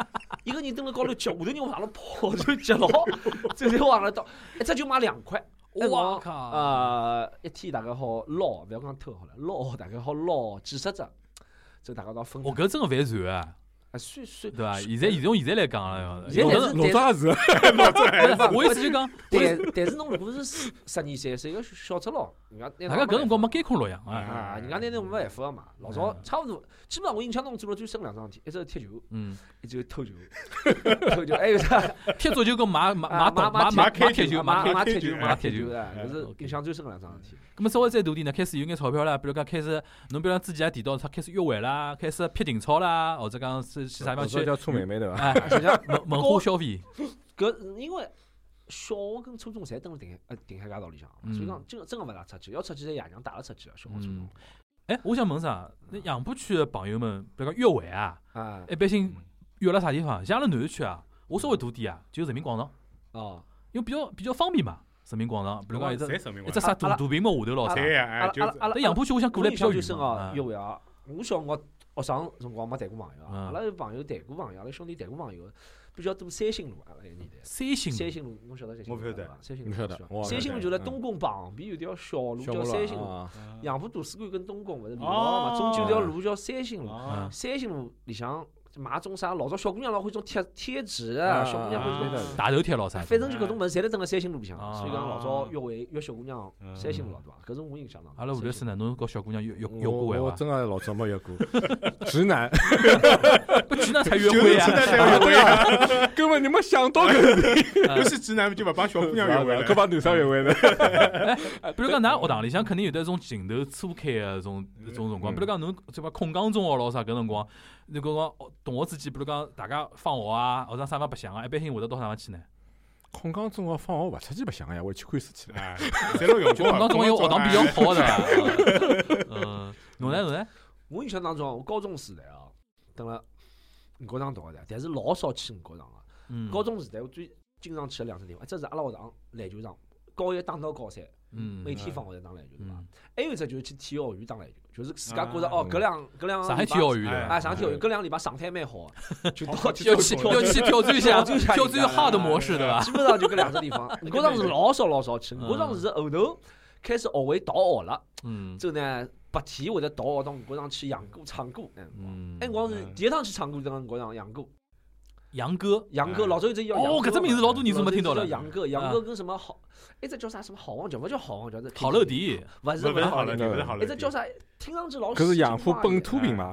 一个人蹲辣高头脚，下头人往上头跑就脚牢，最后往上倒，一只球卖两块，
哎哇靠，
呃，一天大概好捞，勿要讲偷好了，捞大概好捞几十只，就大家到分
我，搿真个犯罪啊，
啊，算算
对伐？现在现在用现在来讲了，
现在
有
是
的
老早也是，
人我意思就讲， <laughs>
但但是侬如果是十十二三岁个小赤佬，人家
大
拿
家搿辰光没
没
监控录像啊，
啊，人家拿侬没办法嘛。老早
嗯
差不多，基本上我印象中做了最深两桩事体，一只是踢球，
嗯，
一只
<laughs>
是偷球，偷球还有啥？
踢足球跟买买
啊
买
买
买买
买
买铁球买
买
铁球，
买踢球，
买
买
踢
踢
球哎
球啊，搿是
OK
印象最深两桩事体。
咁么啊稍微再大点呢，开始有眼钞票啦，比如讲开始，侬比如讲之前也提到，他开始约会啦，开始劈情操啦，或者讲是去啥地
老
哦
方
早
去，
叫搓妹妹对伐？
<laughs>
哎，
实际上
文文化消费，
搿因为小学跟初中侪蹲辣顶呃顶海街道里向，所以
嗯
讲真真个勿大出去，要出去侪爷娘带了出去的，小学初中
嗯，哎，我想问啥？那杨浦区的朋友们，比如讲约会啊，
啊
一般性约了啥地方？像阿拉南区啊，我稍微大点啊，就人民广场，
哦，
因为比较比较方便嘛。人民广场，比如
啊
讲一只
侪什么
一只啥大大屏幕下头咯啥。
对
阿
呀，
拉
哎就
阿拉阿拉
但杨浦区我想过来
印
比
象
较
最
远
深
嘛
哦，约。会啊！我小辰光学生辰光没谈过朋友啊，
嗯
阿拉有朋友谈过朋友，阿拉兄弟谈过朋友，比较多三星路啊，阿拉一年代。
三星
三
路，
星路，侬晓得三星
我
路
不晓
对
得
伐？三星
你
路
晓得
是吧
我也
三
不
星路
晓
就
得
辣东宫旁边有条小路
小
嗯叫
马
三星路，
啊，
杨浦图书馆跟东宫勿是连牢了
哦
嘛？中间有条路叫三星路，
啊，
嗯
三星路里向买种啥？老早小姑娘老会种贴贴纸
啊
啊，小姑娘会
啊
种。
啊
大头贴咯啥的。
反正就搿种物事，侪辣蹲辣三星路里向
啊，
所以讲老早约会约小姑娘，
嗯
三星路老大，搿是我印象当中。
阿拉吴律师
呢？
呢，侬搞小姑娘约约约过
我
会
我
伐？
真的老早没约过，直男，
不去那才约
就是
会
直男
啊！
才约会啊，
根本你没想到搿个
不是直男就勿帮小姑娘约会了
搿。帮男生约会了。
比如讲，㑚学堂里向肯定有得一种情窦初开的种种辰光。
嗯
比如讲，侬对伐？空降中学咯啥搿辰光，那搿光同学之间，比如讲大家放学啊，或者啥地方白相啊，一般性会得到啥地方去呢？
空江中学放学勿出去白相呀，回去看书去了。
啊，侪老用
就空
光
降
啊，
中学学堂比较好的伐？啊嗯，侬呢侬呢？
我印象当中啊，我高中时代啊，等了五角场读的，啊但是老少去五角场了。
嗯，
高中时代我最经常去的两只地方，一只是阿拉学堂篮球场，高一打到高三，
嗯，
每天放学侪打篮球对伐
嗯？
还有一只就是去体育学院打篮球，就是自家觉着
啊
哦，搿两搿两
上海
礼
体
拜
育学院的
哎
啊，上海体育学院搿两礼拜状态蛮好
<laughs>
的，就到
好
去
要
去
去要去挑战一下，
挑战一下
挑战
人家
hard 模式对伐？
基本上就搿两只
<laughs>
地方。五角场是老少老少去，
嗯
五角场是后头开始学会逃学了，
嗯
之后呢白天会得逃学到五角场去养歌唱歌，哎，
嗯
那，辰光是第一趟去唱歌，就到五角场养歌。
杨哥，
杨哥，
哎
老早有只叫
哦
杨哥嘛
搿只名字老多年数没听到
老
了
早有只叫杨哥，
啊
杨哥跟什么好？一只叫啥什么好望角，勿叫好望角，这
好乐，迪，
勿是
勿
勿
是
是
好
好乐
了，
迪，
勿是好了。
一只叫啥？听上去老
搿是杨浦本
土，
土品嘛，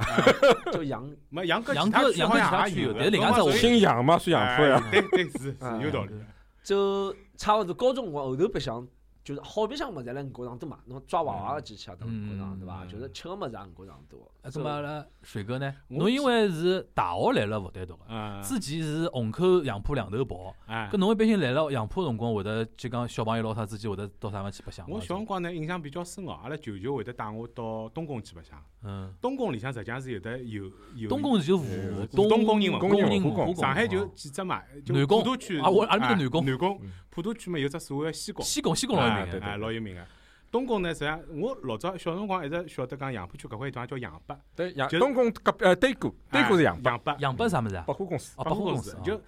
叫杨
没杨哥，
杨哥
其他区好像
杨哥其他区
也有
有但是另外一只我
所以
姓杨嘛，算杨浦呀。
哎对对是是有道理。
就差勿多高中辰光后头白相，就是好白相物事，侪辣五角场多嘛，侬抓娃娃个机器也到五角场对伐？
嗯
就是吃个物事也五角场多。
哎搿么阿拉水哥呢？
我
侬因为是大学来了复旦读的，
啊，
之前是虹口、杨浦两头跑，
哎
搿，侬一般性来了杨浦的辰光，会得就讲小朋友咯啥之间会得到啥地方去白相吗？
我小辰光呢印象比较深哦，阿拉舅舅会得带我到东宫去白相。
嗯，
东宫里向实际上是有得有有
东宫是就
呃
武
东
宫
宫人文
宫
宫
人
人
文
文
化
宫
上海就几只嘛，就
南宫
普陀区
啊我阿拉面搭南
哎
宫
南宫
嗯
普陀区嘛有只所谓的西宫，
西贡西贡老有
啊
名
对
的，
哎老有名个。东宫呢，实际上我老早小辰光一直晓得讲杨浦区搿块地方叫杨北，
对杨
就是
东宫隔壁呃对过，对过是杨
哎
浦
杨北，
杨浦是啥物事啊？
嗯百货公司。
哦，百货公
公
司啊
就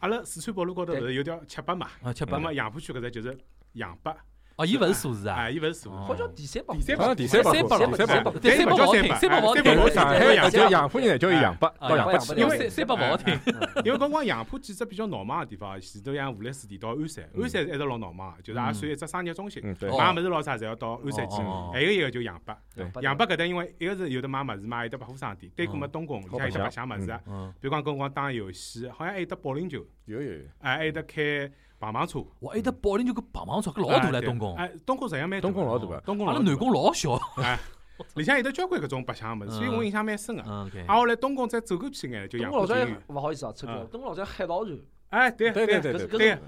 阿拉四川北路高头勿是有条七八嘛，
啊，七
那
八
么杨浦区搿只就是杨北，
哦，伊勿是数字啊，
哎，伊勿是
哦
坐，
好像第三把，
第三
好
把
像第三百
三
货，
百
第
了
三百
对三八勿好
三叫三
货。
听
八，
三八勿好
哎
听
三
但
八
是
叫
上
三
海
八
叫
叫
杨浦人呢叫杨浦，
啊
到
杨
杨浦
浦
去
杨浦
因
因为
为三八勿好听，
因为刚刚杨浦几只比较闹忙个地方，前头像吴来市地到鞍山，鞍山一直老闹忙，就是也算一只商业中心，
嗯对
哦
买物事咾啥侪要到鞍山去
哦哦哦。
还有一个就杨北，
八
杨北搿搭因为一个是有的买物事嘛，有的百货商店，对过嘛
嗯
东宫里
好
向有得白
白
相
相
物事啊，
嗯，
比如讲跟我讲打游戏，好像还有得保龄球，
有有有，
哎，还有得开碰碰车，
哇，埃搭保龄球跟棒棒车搿老大
哎
唻
对
东宫，
哎，东宫实际上蛮大
东宫老大
哦
吧
东宫
阿
老
拉
大
南宫老小。
哎，里向有得交关搿种白相个物事，所以我印象蛮深个。
嗯，OK，
啊，后来东宫再走过去眼就
东
杨
宫
浦
老早
金
也
鱼，
勿好意思啊，扯掉了。
嗯
东宫老早海盗船，
哎，对
对
对
对对
搿
对，
是
对，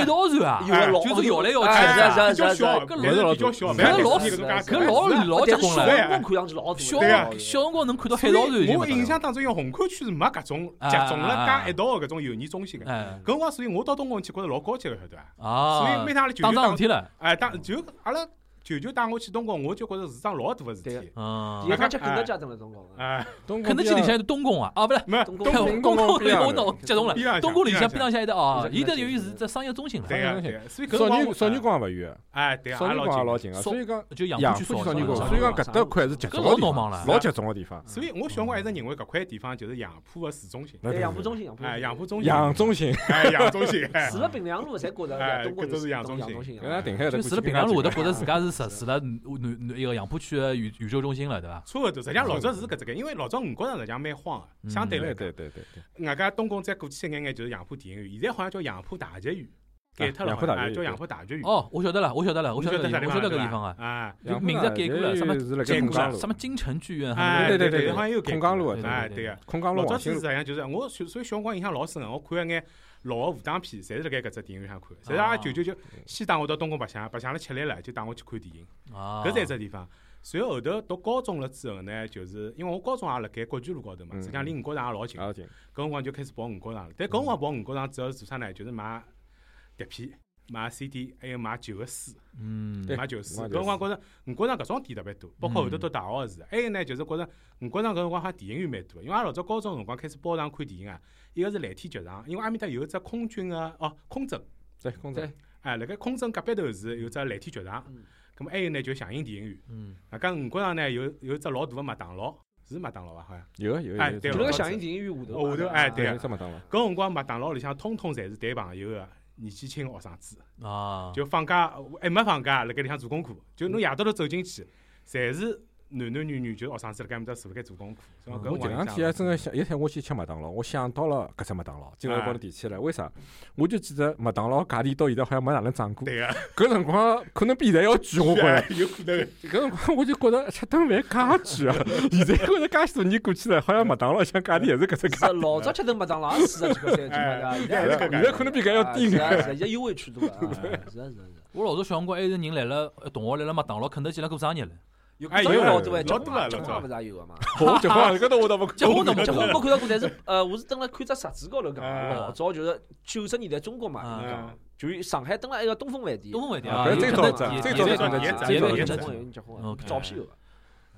海盗船啊
有，个老
哎就是摇来摇去
哎是
哎比
啊是啊
较
是
小，
啊是啊
但是比较小，不要
搿老
像迪士尼搿介
搿老
大
老结
但是
棍
小
了。
哎
辰光看上去老大，
小
对啊
小辰光能看到海
所以
盗船已经
我
勿得了
印象当中，因为虹口区是没搿种
啊
集中
啊
了
啊
加一道的搿种游艺中心
嗯
个。
哎
搿辰光，所以我到东宫去，觉着老高级个，晓得伐？所以
啊
每，趟阿拉舅
当
舅带
桩事
我，
体了，
哎，当就阿拉舅舅带我去东宫，我就觉着是桩老大个事体
对。
嗯
啊
第一，趟吃肯德基也蹲辣东宫啊，
哎，
东宫
肯德基
边
里
啊
向有东宫啊，啊不是。
没
东宫
东宫
东
东
宫
宫
里
边
我
啊
脑激动了，
边浪向
东宫里向
边
边浪
浪
向有得哦，
边
伊
浪向
搭由于是只商业中心
对
了，
个
东宫
对个，啊所以搿辰
少
光
女
我
少女，光也勿远，
哎对，
少
阿
女
拉
光也
老
老
近。
少
近个，所以讲
就杨
杨
浦
浦
区
区
少
少女
女
光，
广
所以讲搿搭块是集中
搿老
个地
闹忙
方
了，
老集中个地方。
所以我小辰光一直认为搿块地方就是杨浦个市中心，
那
对
对
杨浦
对
中心，杨浦中
哎，
心
杨浦中心，
杨中心，
哎，杨中心，哎
除了平凉路，侪觉
哎
着东
搿
宫
都是
有
杨中
东杨
心
中心
搿 <laughs>
啊。
搭定海
就
得
除了平凉路，会得觉得自家是实施了南南一个杨浦区的宇宇宙中心了，对伐？
差勿多。实际上老早是搿只个，因为老早五角场实际上蛮荒
嗯
个，相对
对
来
对
讲，
对对对，
外加东宫再过去一眼眼就是杨浦电影院，现在好像叫杨浦大剧院，改脱了
杨
好
浦
像，
大
哎
剧
叫
院
杨浦大剧院。
哦，我晓得了，我晓得了，我
你
晓得
得
了，
啥地
我
方
晓得
了
搿
对
地
伐
方啊，
啊，
就名字改过了，什么
是辣
建
盖孔
国
江
了
路
什，么金城啊剧院，
哎，
对
对
对对
好像又改
孔
过
江路
对
的，
哎，
对
对个。
孔江路
老早
往
子
新
实
路
际，上就是我小，所以小辰光印象老深个，我看一眼老个武打片，侪是辣盖搿只电影院上看的。实际上，阿拉舅舅就先带我到东宫白相，白相了吃力了，就带我去看电影。
啊，
搿是一只地方。随后后头读高中了之后呢，就是因为我高中也辣盖国际路高头嘛，
嗯啊
实际上离五角场也老近。
也近，
搿辰光就开始跑五角场了。但搿辰光跑五角场主要是做啥呢？就是买碟片、买 CD，还有买旧个书，
嗯，
对
买旧书。
买
搿
旧
辰光觉着五角场搿种店特别多，包括后头读大学是。还有呢，就是觉着五角场搿辰光好像电影院蛮多的，因为阿拉老早高中辰光开始包场看电影啊。一个是蓝天剧场，因为埃面搭有一只空军个、哦空政，
对，孔江
对
哎，辣盖空政隔壁头是有只蓝天剧场
嗯。
咁么还有呢，就是祥映电影院。
嗯，
啊，讲五角场呢有有一只老大个麦当劳，是麦当劳伐？好像。
有啊个有个
哎
有个
对
就
有个
那个
小
响应电影院下头嘛，
下头哎对
对
啊
有只麦当劳，
搿辰光麦当劳里向通通侪是谈朋友个年纪轻个学生子，
啊，
就放假还没放假，辣盖里向做功课，就侬夜到头走进去，侪是男男女女，就是学生子辣盖面搭坐辣盖做功课。所以
嗯我
搿辰
前两
光
天还真个想，有一天我去吃麦当劳，我想到了搿只麦当劳，今
哎
朝帮侬提起来，为啥？我就记得麦当劳价钿到现在好像没哪能涨过，
对啊个，
搿辰光可能比现在要贵， <laughs> 啊
<laughs>
我觉着。
有可
<laughs>
能。
搿辰光我就觉着吃顿饭介 <laughs> 贵啊！现在觉着介许多年过去了，好像麦当劳像价钿也是搿只 <laughs> 价
是。老早吃顿麦当劳也四十几块三十几块的，现在还是
哎
搿
现在可能比搿要低
是
眼。
啊，是啊现在优惠尺度了，啊是啊是啊是啊。
我老早小辰光还有人来了，同学来了麦当劳、肯德基来过生日了，
有
哎
早
有
老
有
多哎，
有
结
老多了
婚结
老多
婚勿是也有个嘛？
我结婚 <laughs> 啊搿搭我倒勿
结婚都没结
结婚
婚
没看到过，但是呃，我是蹲辣看只杂志高头讲
啊
的，老早就是九十年代中国嘛，
啊
嗯，
就上海蹲辣一个东风饭店，
东风饭店
啊
有
搿最
肯
早
德
的
基
最
也
早的
也
肯德基
也
最
也
早
有肯德
的肯德
基
基
有结婚
OK，
照片有个，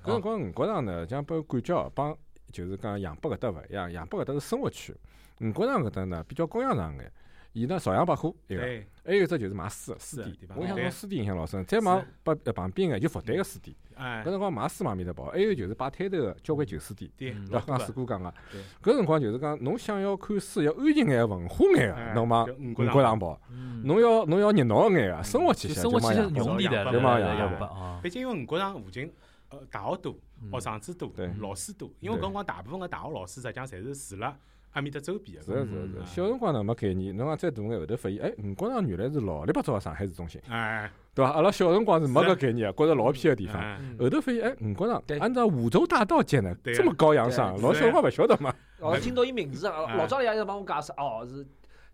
搿辰光五角场呢，像拨我感觉啊帮就是讲杨浦搿搭勿一样，杨浦搿搭是生活区，五角场搿搭呢比较高雅上眼。伊呢朝阳百货一个，
对，
还有一只就是买书的
是
书
的地
店
方，
我想
对
从书店印象老深。再买
是
把呃旁边眼就复旦个书店，
哎
搿，辰光买书往面搭跑，还有就是摆摊头个交关旧书店。
对，
嗯
拉
老多
讲
了
四。
对，
哥讲个搿辰光就是讲，侬想要看书要安静眼、文化眼
哎
个，侬往
就五
五
角
角
场
场跑；
嗯
侬要侬要热闹眼个，生活气
就
息
生活
就
气
往
息
洋
是
房
牛逼的，
就
对吧？
往洋
对
房
吧啊，
毕竟因为五角场附近呃大学多，
嗯
学生子多
对，
老师多，因为搿辰光大部分个大学老师实际上侪是住辣埃面搭周边
是
个。
的是的是
嗯
的，小辰光呢没概念，侬讲再大眼后头发现，哎，五角场原来是老里八早个上海市中心，
哎，
对伐？阿拉小辰光是没
啊
是
搿概念个，觉着老偏个地
嗯
方。
哎
后头发现，哎，五角场
对
按照梧州大道建的，
啊
对
这么高洋
对
上，
是
老
的
小辰光勿晓得嘛。
老是听到伊名字
哎
啊，老早爷爷帮我解释，哦，是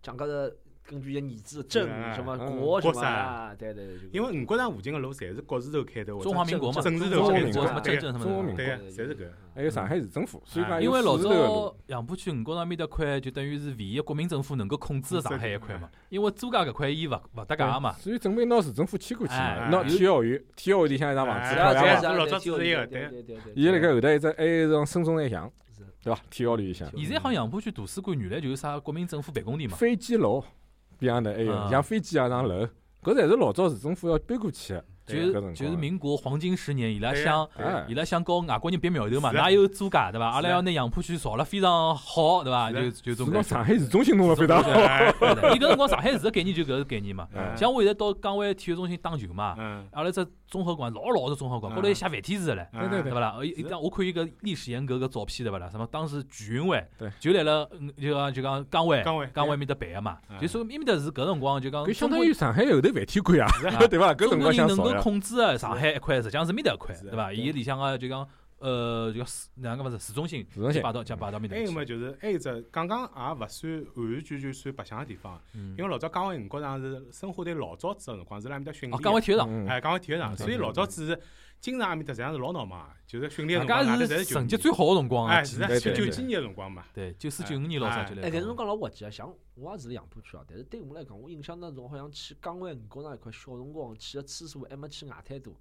讲搿是根据伊儿子郑
哎
什么
嗯
国什
国
么
啥
啊，对对对，就
因为五角场附近个路侪是国字头开头，
中华民国嘛，
政
中
治
华
头
民国
开
什
头
么
对
政政
个。
什么
中华
的
民
嘛。
对个，
对
侪是搿。
还有上海市政府，所以
哎
嗯
讲
啊因为老
有四十多个路
早杨浦区五角场埃面搭块，就等于是唯一国民政府能够控制的上海一块嘛。因为租界搿块伊勿勿搭界
对
嘛，
所以准备拿市政府迁过去
哎
嘛，拿体育园，体育园里向一幢房
哎
子，
是
漂
对
亮伐
啊是啊？是啊，
老
对
早
就
子也有
对
对
对对对，
伊辣盖后头一只还有一幢深中南巷
是，
对伐？体育里向，
现在好像杨浦区图书馆原来就是啥国民政府办公地嘛。
飞机楼边上头还有
啊
像飞机一样上楼，搿侪是老早市政府要搬过去的。
就
搿辰
是
光
就是民国黄金十年，伊拉
对呀
想
对
哎
伊，拉想搞外国人别苗头嘛，
是啊
哪有租界对伐？阿拉
是啊
要拿杨浦区造了非常好对伐？
是啊
就就这
是
种
拿
感
上
觉。
海市中心弄了非常好，
哎
对的伊搿辰光上海市的概念就搿个概念嘛。
嗯
哎
像我现在到江湾体育中心打球嘛，
嗯，
阿拉只综合馆老老的综合馆，高头还写繁体字的嘞。
对
对
对
对
伐啦？呃，一
是
讲我看伊个历史沿革个照片，对伐啦？什么当时全运会
对，
就来了，嗯就讲就讲江湾，
岗位
江湾面搭办个嘛。
嗯
就说伊面搭是搿辰光就讲
搿相
中
当
国
于上海后头饭天馆啊，
啊
<laughs> 对伐？搿
中国
辰光
人
想
能
造
够
呀，
控制个上海一块，实际上是面搭一块，
是啊
对伐？
对
伊里向个就讲呃，就讲市哪能讲法子市中心，
市中心
摆到讲摆到面搭
还有嘛，
去。
就是还有一只刚刚也勿算完完全全算白相个地方，
嗯
因为老早江湾五角场是申花队老早子个辰光是辣埃面搭训
哦，
练
江湾
的，
体育场，
嗯
哎，江湾体育场，
嗯
所以老早子是经常埃面搭实际上是老闹忙的，就是训练
人
的辰光，
家
大家侪
是
是
成绩
90
最好个辰光啊
嗯哎，，是啊，
对
就
对
九
对
几年个辰光嘛，
对，九四九五年老早就来
哎，
了。
搿辰光老滑稽啊！像我也是杨浦区啊，但是对我来讲，我印象当中好像去江湾五角场一块，小辰光去的次数还没去外滩多。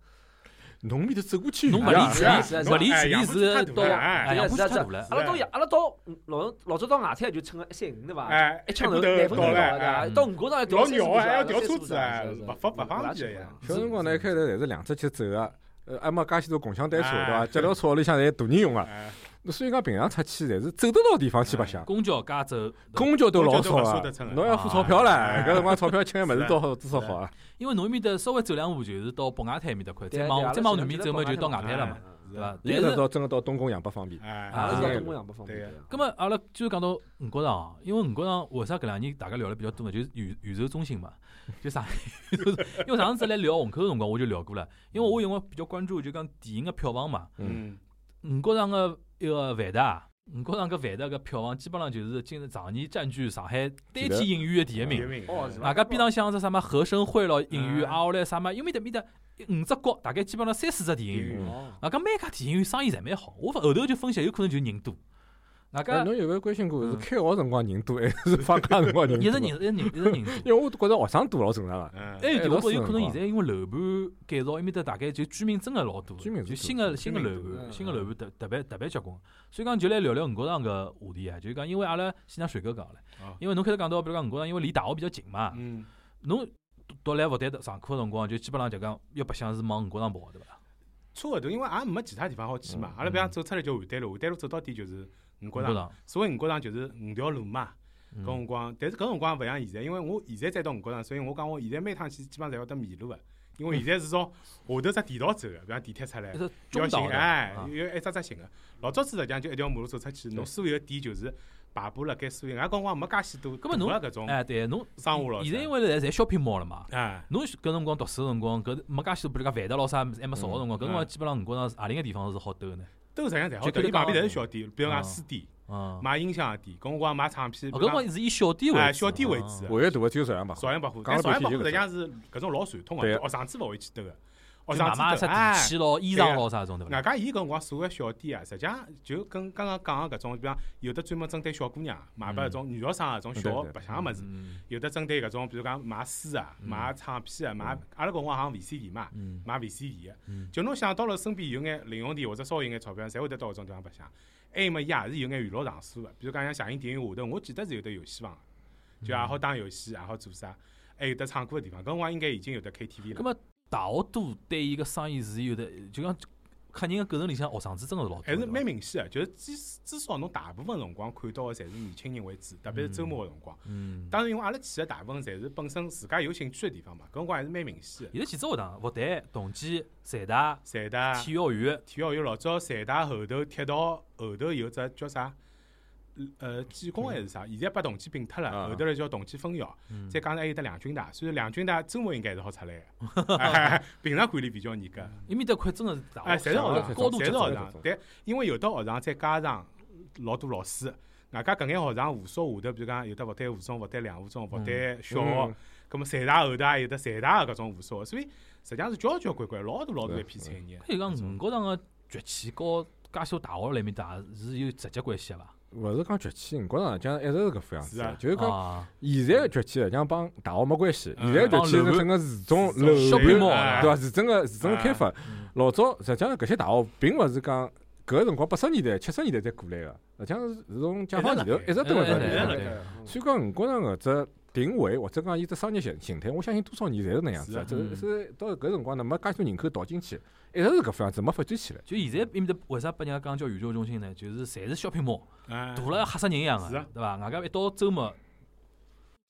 侬面头走过去，
侬勿
是
理
啊
解，
是啊是啊是
勿
啊
理解，
哎
你
杨浦区
是
太
到
大了哎
哎
是
杨
啊
浦
是
区
啊
太
是
大
啊
了，
阿拉到阿拉到嗯老老早到外滩也就乘个三五对
啊
伐？
哎，
一枪头
骨头
廿分
到
钟
了，
了，对
哎
伐？到五角场要
老
调
牛啊还要调车子啊
啊，
不不不方便呀
呀。
小辰光呢，开头侪是两只脚走个，呃，还没介许多共享单车，
哎
对伐？脚踏车屋里向侪大人用个，
哎，
所以讲平常出去侪是走得到地方去白相。
公交加走，
公交都老
公交
少
都勿舍
啊
得乘啊，
侬要付钞票唻，
哎
啊
搿辰光钞票吃个物事
是
多
啊
好多少好啊。
因为侬埃面搭稍微走两步就是到北外滩埃面搭块，
对
再
啊
往再往南面走嘛就到外
外
滩
滩
了嘛，
哎
是
对伐
啊？？
但
一直
是，
到真个到东宫洋八方面，
阿
哎
拉
啊
是到东阳不方便
对呀
的呀。哦
葛末阿拉就讲到五角场，因为五角场为啥搿两年大家聊了比较多呢？就是宇宇宙中心嘛，就上海宇宙中心， <laughs> 因为上次来聊虹口个辰光我就聊过了，因为我因为比较关注就讲电影个票房嘛，
嗯，
五角场个一个万达。五角场搿万达搿票房基本上就是今常年占据上海单体影院个第一名，啊
名
哦是吧
外加边浪向是啥么和生汇咯影院，
嗯
挨下来啥么，因为迭面搭五只角，大概基本上三四只电影院。
嗯
哦，
外加每家电影院生意侪蛮好，我后头就分析，有可能就是人多。外
哎，
加
侬有没有关心过是
嗯
开学辰光人多还 <laughs> 是放假辰光人
一
多
直？
<laughs>
人一直人一直人多。
因为我觉着学生多老正常个，
<laughs>
嗯
还，有就是说，有可能
哎
现在因为楼盘改造，埃面搭大概就居民真个老多，
居民是
就
多
新个新
居
个
民
楼
多
盘，
嗯
新个楼盘特特别特别结棍。所以讲就来聊聊五角场搿话题啊，就是讲因为阿拉先让水哥讲了
好，
因为侬开头讲到，比如讲五角场，因为离大学比较近嘛，
嗯，
侬读读来复旦上课个辰光，就基本上就讲要白相是往五角场跑对伐？
差勿多，因为也没其他地方好去嘛。
嗯
阿拉比方走出来就邯郸路，邯郸路走到底就是五角
五角
场。
场，
所谓五角场就是五条路嘛。搿
嗯
辰光，但是搿辰光勿像现在，因为我现在再到五角场，所以我讲我现在每趟去基本上侪会得迷路个，因为现在是
<laughs>
从下头只地道走个，比方地铁出来
一。是
要
中岛
行，
的
哎
啊，
有一只只行个。老早子实际上就一条马路走出去，侬所有个店就是排布辣盖所有，俺辰光没介许多，
根本侬
搿种
哎对，侬
商务咯。
现在因为现在侪 shopping mall 了嘛，
哎，
侬搿辰光读书个辰光，搿没介许多，比如讲万达咯啥，还没少个辰光，搿辰
嗯
光基本上五角场何里个地方是好兜个呢？
都实际上侪好
就
兜，
搿
伊旁边
地
侪
方
是小店，比如
啊
讲书店、
嗯，
买音响个店，搿辰光买唱片，
哦搿
比
辰
如讲
光是以小店为主
哎小店为主
嗯
的
我越大哦个只有朝阳百
朝
货，
阳百货，
讲
但
了
朝阳百
半
货
天
实际上是搿种老传统
对啊
个，学生子勿会去兜个，学
就买
生
买
子
啥
兜，哎啊
电。器咯、衣裳咯啥种对伐
外？加伊搿辰光所谓小店啊，实际上就跟刚刚讲个搿种，比方有的专门针对小姑娘买拨搿种女学生啊，搿种
嗯对
小
对
白相个物事，
嗯
有的针对搿种，比如讲买书啊、买
嗯
唱片啊、买阿拉搿辰光好像 VCD 嘛，
嗯
买 VCD 个
嗯，
就侬想到了身边有眼零用钿或者稍微有眼钞票，侪会得到搿种地方白相。还有么，伊也是有眼娱乐场所个，比如讲像祥影电影院下头，我记得是有得游戏房的，
嗯
就也好打游戏，也好做啥，还有得唱歌个地方。搿辰光应该已经有得 KTV
搿
了，
么大学都对伊个生意是有的，就讲客人个构成里向学生子真个是老多的，
还是
对伐
蛮明显个。就是至至少侬大部分辰光看到个，侪是年轻人为主，特别是周末个辰光。
嗯。
当然，因为阿拉去个大部分侪是本身自家有兴趣个地方嘛，搿辰光还是蛮明显个。
现在几只学堂，复旦、同济、财大、
侪的啊
体育园，
体育学院老早财大后头铁道后头有只叫啥？呃，技工还是啥？现在把同济并脱了，
啊
后头来叫同济分校。
嗯
再加上还有得两军大，所以两军大周末应该还是好出来的 <laughs> 哎，平常管理比较严格。
伊面搭块真个是大啊
哎，侪是学
学
堂，
堂
高度
侪
集
是
中
学
集
堂
中。
但因为有的学堂再加上老多老师，外加搿眼学堂附属下头，比如讲有得复旦附中、复旦两附中、复旦小学
嗯，
葛末财大后头也哎有得财大的搿种附属，所以实际上是交交关关老大老大一批产业。
可以讲五角场个崛起和介许多大学里面搭是有直接关系个伐？
勿是讲崛起，五角场讲一直是搿副样
是
子的
啊，
就是讲
啊，
现在的崛起，像帮大学没关系，
嗯
现在的崛起是整个市中
帮楼
楼盘，
小规模
哎
对伐？市政个市政个开发
嗯，
老早实际上搿些大学并勿是讲搿个辰光八十年代、七十年代才过来个，实际上是是从解放前头
一
一直
辣盖
蹲辣
一直辣
嗯
搿
盖
里。所以讲，五角场搿只定位或者讲伊只商业形形态，我相信多少年侪是那样子
是
的。
啊
只
嗯
是到搿辰光呢，没介许多人口导进去，一直是搿副样子，没发展起来。
就现在伊面搭为啥拨人家讲叫宇宙中心呢？就是侪是 shopping mall，
啊
大，了吓死人一样
是
个
啊，
对伐？外加一到周末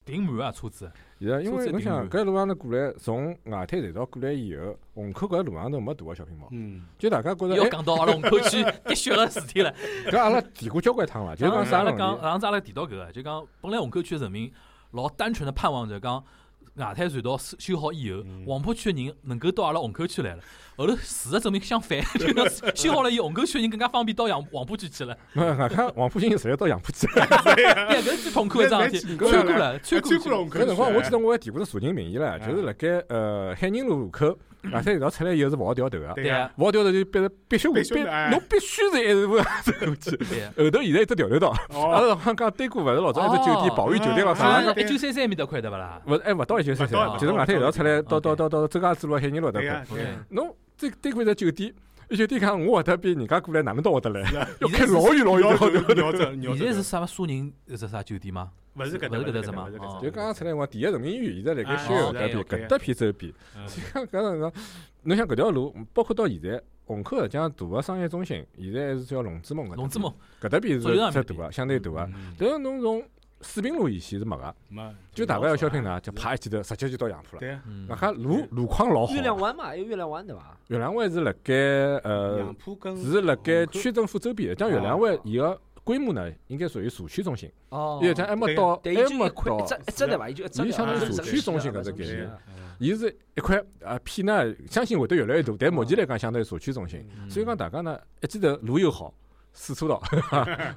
停满啊车子，
哎
现在因
车
为
子
侬
也
想
定
搿路浪头过来，从外滩隧道过来以后，虹口搿路浪头没大个小屏幕，
嗯，
就大家觉着
要
哎，
讲到阿拉虹口区 <laughs> 的确个事体了。
搿阿拉提过交关
<laughs>
趟了，就
就
讲啥
阿拉
问
讲
<laughs> 题？
上次阿拉提到搿个，就讲本来虹口区的人民老单纯的盼望着讲外滩隧道修修好以后
嗯，
黄浦区的人能够到阿拉虹口区来了。后头事实证明相反， <laughs> 就讲修好了以后，虹口区的人更加方便到黄黄浦区去了。
外加黄浦新直接到杨浦去。
对，搿是最痛苦的一桩事体，
那
穿
那
过了，穿过
穿过
去
了虹口
搿辰光
区
我记得我还提过只查人名义了，
嗯
就是辣盖呃海宁路路口啊外滩隧道出来以后是勿好掉头个。
对
对
呀
<laughs>
啊，
勿好掉头就变成必须
必
必
须的哎
侬必须是一直步 <laughs> 走过去。
对啊。
后头现在一只调头到，阿
哦，
拉刚讲对过勿是老早一只酒店
哦
宝玉酒店了
啊
啥？
是一九三三面搭块对勿
<laughs>
啦？
勿哎勿到一九三
勿到
三，就是外滩一道出来到到到到周家嘴路海宁路搭
对呀
块。，
对呀，
侬这对过一只酒店，一酒店讲我搿搭比人家过来哪能到我搭来？要开
现在是
老远老远
绕
到
着
我搭来。
绕着绕着
现在是啥么苏宁呃是啥酒店吗？
勿是搿搭
勿是搿搭
搭
是吗
勿是搿搭
哦
就刚刚出来辰光，第一人民医院现在辣盖西
啊
游
，OK，
搿边
OK
搿搭片周边，
嗯
所以讲搿辰光，侬想搿条路，包括到现在，虹口实际上大个商业中心，现在还是叫龙之梦搿搭
龙之
边
梦
搿搭边是
左右岸
最
搿
大
边
个，相对大个。
嗯
但是侬从四平路以前是没个，
没，
就大概要小品呢，
是
就爬一记头，直接就到杨浦了。
对呀，
嗯
外，加路路况老好
月亮
啊。
湾嘛，还有月亮湾对伐？
月亮湾是辣盖
杨
呃，
浦跟
是辣盖
虹口
区政府周边的。像月亮湾伊个规模呢，应该属于社区中心，
哦
因为它还没到，还
但伊就
没
一块一
到
只。一只对伐？伊就一只
伊
对伐，
相
当于
就是
社
整
区
个
中心
啊
搿
的
只
勿
概
是
对
啊
念
呀，嗯
伊是一块啊片呢，相信会得越来越大，但目前来讲相对社区中心。
嗯
所以讲大家呢，一记头路又好，四车道，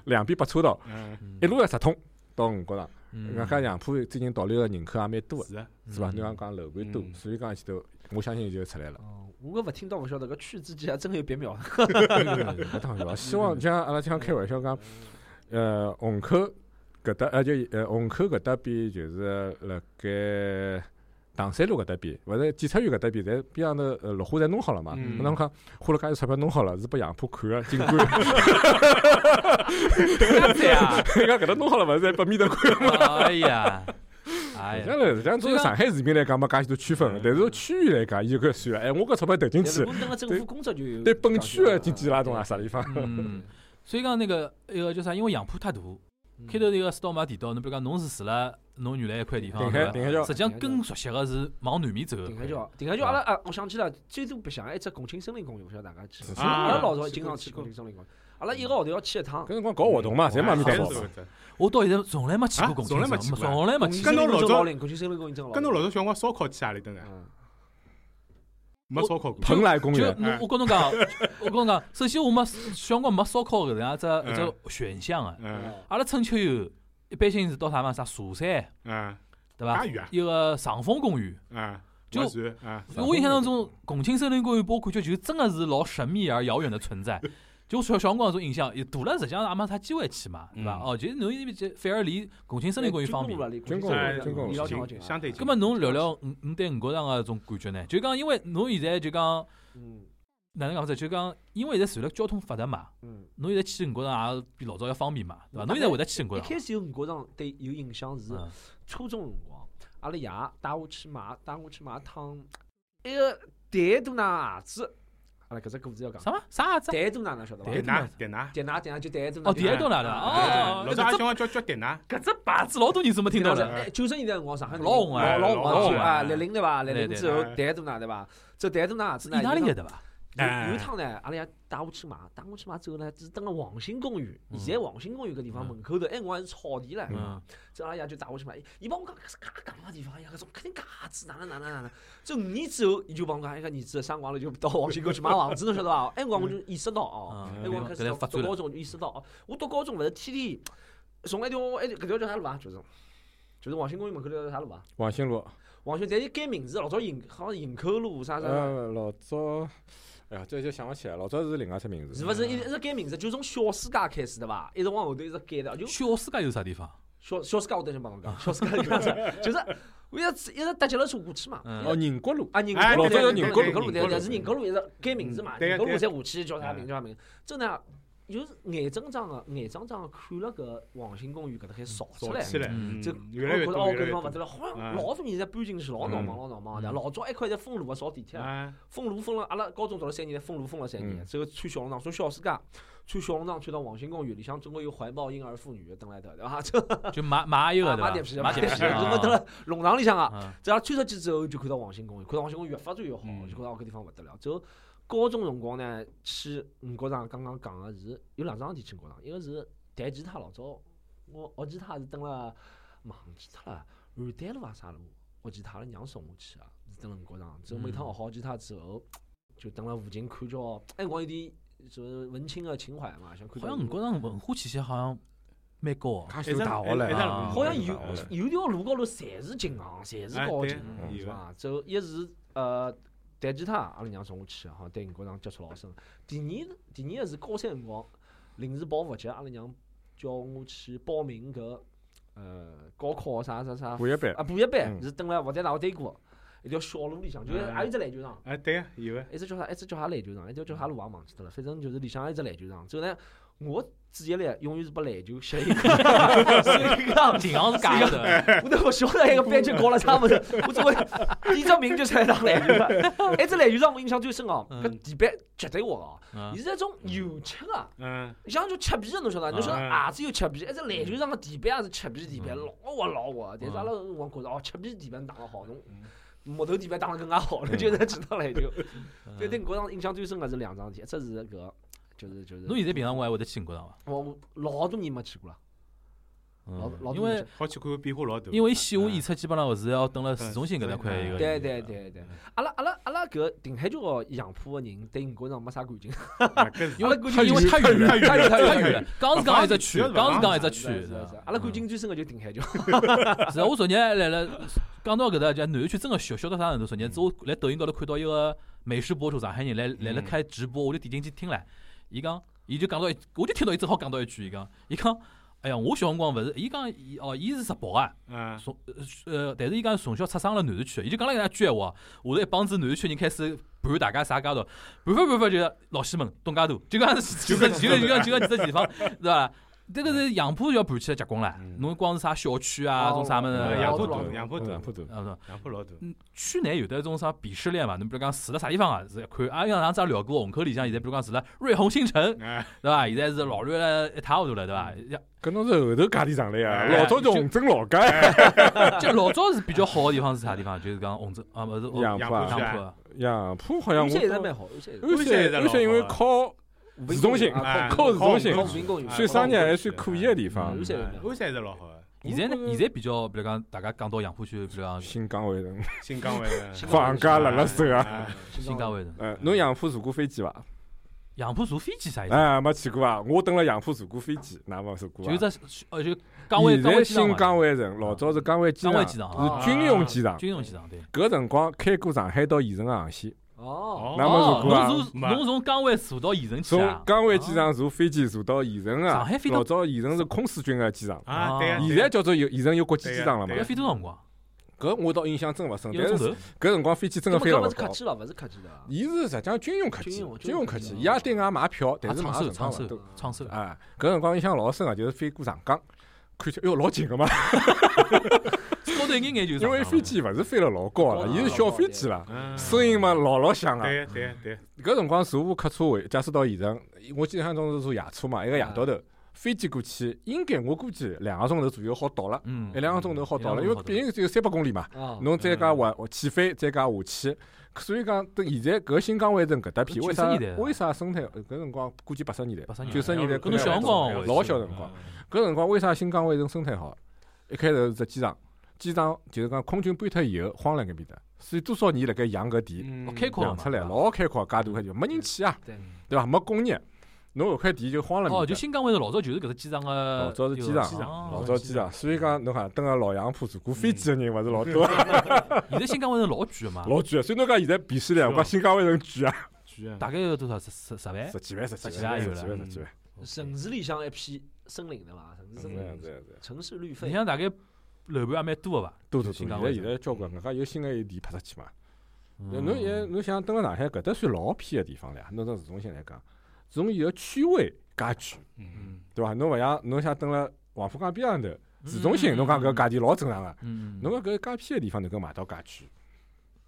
两边八车道，
嗯，
一路要直通到五角场。
嗯
外加杨浦最近倒流的人口也蛮多的，
是啊，
是吧？
嗯
侬讲讲楼盘多
嗯，
所以讲一记头，我相信就出来了。
哦，我搿勿听到勿晓得，搿区之间还啊真有别妙。
呃那当然了，希望像阿拉经常开玩笑讲，呃，虹口搿搭，呃，就呃，虹口搿搭边就是辣盖呃唐山路搿搭边，勿是检测院搿搭边，侪边上头呃绿化侪弄好了嘛。
嗯
那侬讲花了介多钞票弄好了，是拨杨浦看个景 <laughs> 观，
对
<laughs>
啊，
人家搿搭弄好了勿是拨面头看。
哎呀，哎
实
呀
际，上，实际上作为上海市民来讲，没介许多区分
嗯，
但是从区域来讲，伊就搿算了。哎，我搿钞票投进
但是 <laughs>
去，
侬蹲辣政府工作就有
<laughs> 对本区
的
的经济拉动啊，啥地方？
嗯，所以讲那个那个叫啥？因为杨浦太大，
嗯
嗯
开头那个 storm 也提到，侬比如讲侬是住辣侬原来一块地方
定，
对
海
吧
定海桥
实际上更熟悉个是往南面走的
定海。桥，定海桥，阿拉啊，我想起了，最多白相还一只共青森林公园，勿晓得大家去
是。
啊
阿拉老早
去
经
过
常
去
去
过
共青森林公园，阿拉一个号头要去一趟
搿。辰光搞活动嘛，侪买面搭
哎还是这。
包
个
我到现在从来没去过
啊
共青
从来
森，
没
没
去过啊
从来没去
跟侬老早
早，共青森林公园真老。
跟侬老早小辰光烧烤去阿里搭呢？
嗯，
没烧烤过。
蓬莱公
就
园，
啊
我我跟侬讲， <laughs> 我跟侬讲，首先我没小辰光没烧烤搿能样只一只选项个。
嗯
阿拉春秋游一般性是到啥嘛？啥佘山
嗯
对伐
大屿啊？
一个长风公园。
嗯，
就
划船啊，
我印象当中，共青森林公园拨我感觉就真个是老神秘而遥远的存在。就小小辰光那种印象，也大了实际上也没啥机会去嘛，对伐
嗯？
哦，就是侬因为这反而离共青森
哎
林公园方便。
军工
哎
路军工路
离老近老
近
近啊，
相对近
葛末侬聊聊五五对五角场个种感觉呢？就讲因为侬现在就讲
嗯
哪能讲法子？就讲因为现在随了交通发达嘛，
嗯，
侬现在去五角场也比老早要方便嘛，对伐？
嗯
侬现在会得去五
一
角场？
开始有五角场对有印象是
嗯
初中辰光，阿拉爷带我去买，带我去买趟一个蛋都拿鞋子，阿拉搿只故事要讲，
啥嘛？啥鸭子？
蛋都哪能晓得伐？
蛋
点哪点哪，
点哪点哪就蛋都拿
哦，第一栋来的
哎
哦，
老
搿
早阿
只
拉小辰光叫叫点哪，
搿只牌子老多人是没听到的。
哎，九十年代辰光上海
老红
啊，
啊
老红
老
啊
红
就
啊
啊，立领对伐？立
对
领
对
之后，
对
蛋都拿对伐？这蛋都拿鞋子呢？
意大利
有一
个
趟
对伐？
哎
有有一趟呢，阿拉爷带我去买，带我去买之后呢，是登了黄兴公园。
嗯
现在黄兴公园搿地方
嗯
门口头，哎，我还是草地唻。
嗯，
这阿拉爷就带我去买，伊帮我讲搿是介戆个地方，哎呀，搿种肯定搿样子哪能哪能哪能。这五年之后，伊就帮我讲，哎个儿子生光了就到黄兴公去买房子，侬晓得伐？哎，我我就意识到哦，
嗯
哎，
搿
我
个
开
搿
始
来
到
发展
高
了。
中就意识到哦，我到高中勿是天天从一条哎搿条叫啥路啊？就是就是黄兴公园门口条啥路啊？
王兴路，
黄兴，但是改名字，老早营好像营口路啥啥啥，
呃，老早，哎呀，这就想勿起来，老早是另外一只名
是
字，
勿是一一直改名字？就从小世界开始对伐？一直往后头一直改的，就
小世界有啥地方？
小小世界我等下帮侬讲，小世界就是我一直一直搭脚踏车过去嘛，
嗯
哦，宁国路，
啊，人
哎
格路
老早有
人
人
格
格
路，
路
人
人格
格路，
路
但是人格路一直改名字嘛，
对
人
呀
格路
对呀
才下去叫啥名叫啥名？真的啊，就是眼睁睁个眼睁睁个看了搿王兴公园搿搭开扫出
少起来，
嗯
嗯
就
越来越
我觉得哦
多，越
搿
来
地
越
方勿
多
得了，好像
嗯
老多人侪搬进去，老闹忙，老闹忙的。
嗯
老早还块在封路啊，扫地铁啊，
啊，
封路封了，阿拉高中读了三年，封路封了三年，
嗯
之后穿小龙装，从小世界穿小龙装穿到王兴公园里向，总归有怀抱婴儿妇女蹲辣头，对伐？啊这
就买买一个对
买
伐？
点皮的，
买
点
点皮
皮
啊
的，
的，
就 <laughs> 没得了弄堂里向啊。
啊。
只要穿出去之后，就看到王兴公园，看到王兴公园越发展越好，
嗯
就觉得哦搿地方勿得了。之后高中辰光呢，去五角场，刚刚讲个是有两桩事体去五角场，一个是弹吉他，老早我学吉他是蹲了忘记脱了，邯郸路啊啥路学吉他，阿拉娘送我去个，啊是蹲了五角场。之后
嗯
每趟学好吉他之后，就蹲了附近看叫，哎，我有点就是文青个情怀嘛，想看
嗯
叫。
好像五角场文化气息好像蛮高啊。
噶许
一
多
只
大学嘞
一只
啊
路
好像
一只
有
大学嘞
有条路高头侪是琴行，侪是
哎
高
对
琴，
嗯
是
有
伐？就一是呃弹吉他，阿拉娘送我去，好像对搿场接触老深。第二第二个是高三辰光临时抱佛脚，阿拉娘叫我去报名搿呃高考啥啥啥
补习班
啊补习班，
嗯
是蹲辣复旦大学对过一条小路里向，就是
嗯
还有一只篮球场。
啊，对啊，有啊，
一只叫啥？一只叫啥篮球场？一条叫啥路我也忘记脱了。反正就是里向一只篮球场。之后呢，我注意力永远是被篮球吸引。所
<laughs>
以讲，
琴行是假的，
我都不晓得那个班级搞了啥么
<laughs>
子，我怎么第一张名就出来打篮球了？哎，这篮球场我印象最深哦，
嗯
搿地板绝对滑哦，
嗯
伊是那种油漆啊，
嗯，
你像就漆皮的，侬晓得伐？侬晓得
嗯
鞋子有漆皮，哎，这篮球场个地板也是漆皮地板，
嗯
老滑老滑。但是阿
嗯
拉有辰光觉着哦，漆皮地板打得好，侬
嗯
木头地板打得更加好了，就是只打篮
<laughs>
球。
嗯
对，对，搿场印象最深啊个是两桩事体，一只是搿就是就是，
侬现在平常我还会得去五角场伐？
我我老多年没去过了，老
嗯
老多
因
年没
为
去
好去看变化老大， <laughs>
因为线下演出基本上是要等了市中心搿搭块一个。
对对对对，阿拉阿拉阿拉搿定海桥个杨浦个人对五角场没啥感情，
啊搿是
因为太远太远了，太远太远了。刚是讲一只区，刚是讲一只区。
啊是
是
是是
吧
阿拉感情最深个就是定海桥，
<laughs> 是啊，我昨日来了，讲到搿搭，就南区真个小小到啥程度？昨日子我来抖音高头看到一个美食博主，上海人来来了开直播，我就点进去听唻。伊讲，伊就讲到一，我就听到伊正好讲到一句，伊讲，伊讲，哎呀，我小辰光勿是，伊讲，伊哦，伊是石跑啊，
啊，
从呃，但是伊讲从小出生了南区，伊就讲了搿能介句闲话，下头一帮子南区人开始盘大家啥街道，盘法盘法就是老西门、东家大，就讲就讲就讲就讲就讲几只地方，对伐？这个是杨浦要盘起来结棍唻，侬光是啥小区啊，种啥么
嗯
子
呃
哦
杨
老
浦
大
大，
老
杨浦
嗯
大
杨，浦头，
啊，不
杨浦老大，
嗯，区内有的种啥鄙视链嘛，侬比如讲住了啥地方啊，是要看啊，像咱只聊过虹口里向，现在比如讲住了瑞虹新城，
啊，
对伐？现在是老乱了一塌糊涂了，对伐？
搿侬是后头加点上来啊，
哎
老早叫红镇老街，
就老早是比较好的地方是啥地方？就是讲虹州啊，勿是哦
杨
杨
浦
浦
杨
啊，
区
浦
啊，
啊，
杨浦好像
安
我
山现在
到
蛮好，安山现在
安
安山也在
山安山因为
老好
靠
五
市中心
哎
啊
靠市中
靠
心
啊靠五平公园，
算商业还算可以的地
嗯
方
安，山也蛮好
安山还是老好啊的，
现在呢，
哦
现在比较，比如讲大家讲到杨浦区，比如讲
新港汇城，
新港湾的，
新
房价辣辣手啊。
啊，
新
新
家
疆
湾城，
呃，侬杨浦坐过飞机伐？
杨浦坐飞机啥意思？
哎，没去过啊，我等了杨浦坐过飞机，哪没坐过啊？
就只呃就岗位岗
现在
位机场
新
嘛
港湾城，老早是港湾机
岗位机场啊
是军用机场。
军用机场对。
搿辰光开过上海到盐城个航线，
哦，
那么
哦
如果啊
侬从
没
侬从岗位坐到盐城去啊
从？港湾机场坐飞机坐到盐城
上
啊
海飞。到
老早盐城是空四军个机场，
啊，对啊，
现
对
在
啊
叫做有盐城有国际机场了嘛
对
要
啊。
飞多少辰光？
搿我倒印象真勿深，
一
但
个钟
是
头。
搿辰光飞机真个
搿
飞
么
了
搿
勿
勿是客
高。
气了，勿是客气的，啊
伊是实际上军用客机
军，用
军用客机，
军用
伊也对外买票，但是买
啊，
辰
手
光
长
勿
手
多。
长手，
哎，搿辰光印象老深个，啊就是飞过长江，看起来哟老近个嘛，
高头一眼眼就是
因为飞机勿是飞了老高了，伊是小飞机啦，
嗯
声音嘛老老响个。
对啊对啊对啊，
搿辰光坐部客车回，假使到盐城，我记得象中是坐夜车嘛，一个夜
啊
到头，飞机过去，应该我估计两个钟头左右好到了，哎
嗯
一两个钟头好到了，
嗯
因为毕竟只有三百公里嘛，
哦
啊，
侬再加往起飞，再加下去，所以讲等现在搿新港湾城搿搭片，为啥
90年代啊
为啥生态呃搿辰光估计八十年代
八十年，代
九十年代
嗯
可
搿
能
小辰光
还
我
早老小辰光，搿辰光为啥新港湾城生态好？一开头是只机场，机场就是讲空军搬脱以后荒了搿边搭，所以多少年辣盖养搿地。
嗯
哦开阔
养出来老开阔，介大块地，没
嗯
人去啊，
对，
对伐？没工业，侬搿块地就荒了面
哦，就
的。
新疆湾头老早就是搿只机场个，
老早是机场哦老早机场，
嗯
所以讲侬看，登个老杨浦坐过飞机的人勿是老多，
哦现在新疆湾头老贵个嘛，
老贵啊。所以侬讲现在鄙视链，我讲新疆湾城贵啊，
巨啊，
大概有多少十十哎十万？
十几万、十几
万
万、
有
十
了
几万、十几万，
城市里向一片森林对伐？城
嗯
市森
这样
林
这，样这样，
城市绿
你
肺，
像大概楼盘也蛮多个伐？
多多多。
新
现
疆
在
湾
现在交
嗯
关，搿家有新个地拍出去嘛。侬现在侬想登个上海搿搭算老偏个地方了呀，侬从市中心来讲，从伊个区位价区，
嗯，
对伐？侬勿像侬像蹲辣黄浦江边浪头市中心，侬讲搿价钿老正常个，
嗯，
侬讲搿介偏个地方能够买到价区，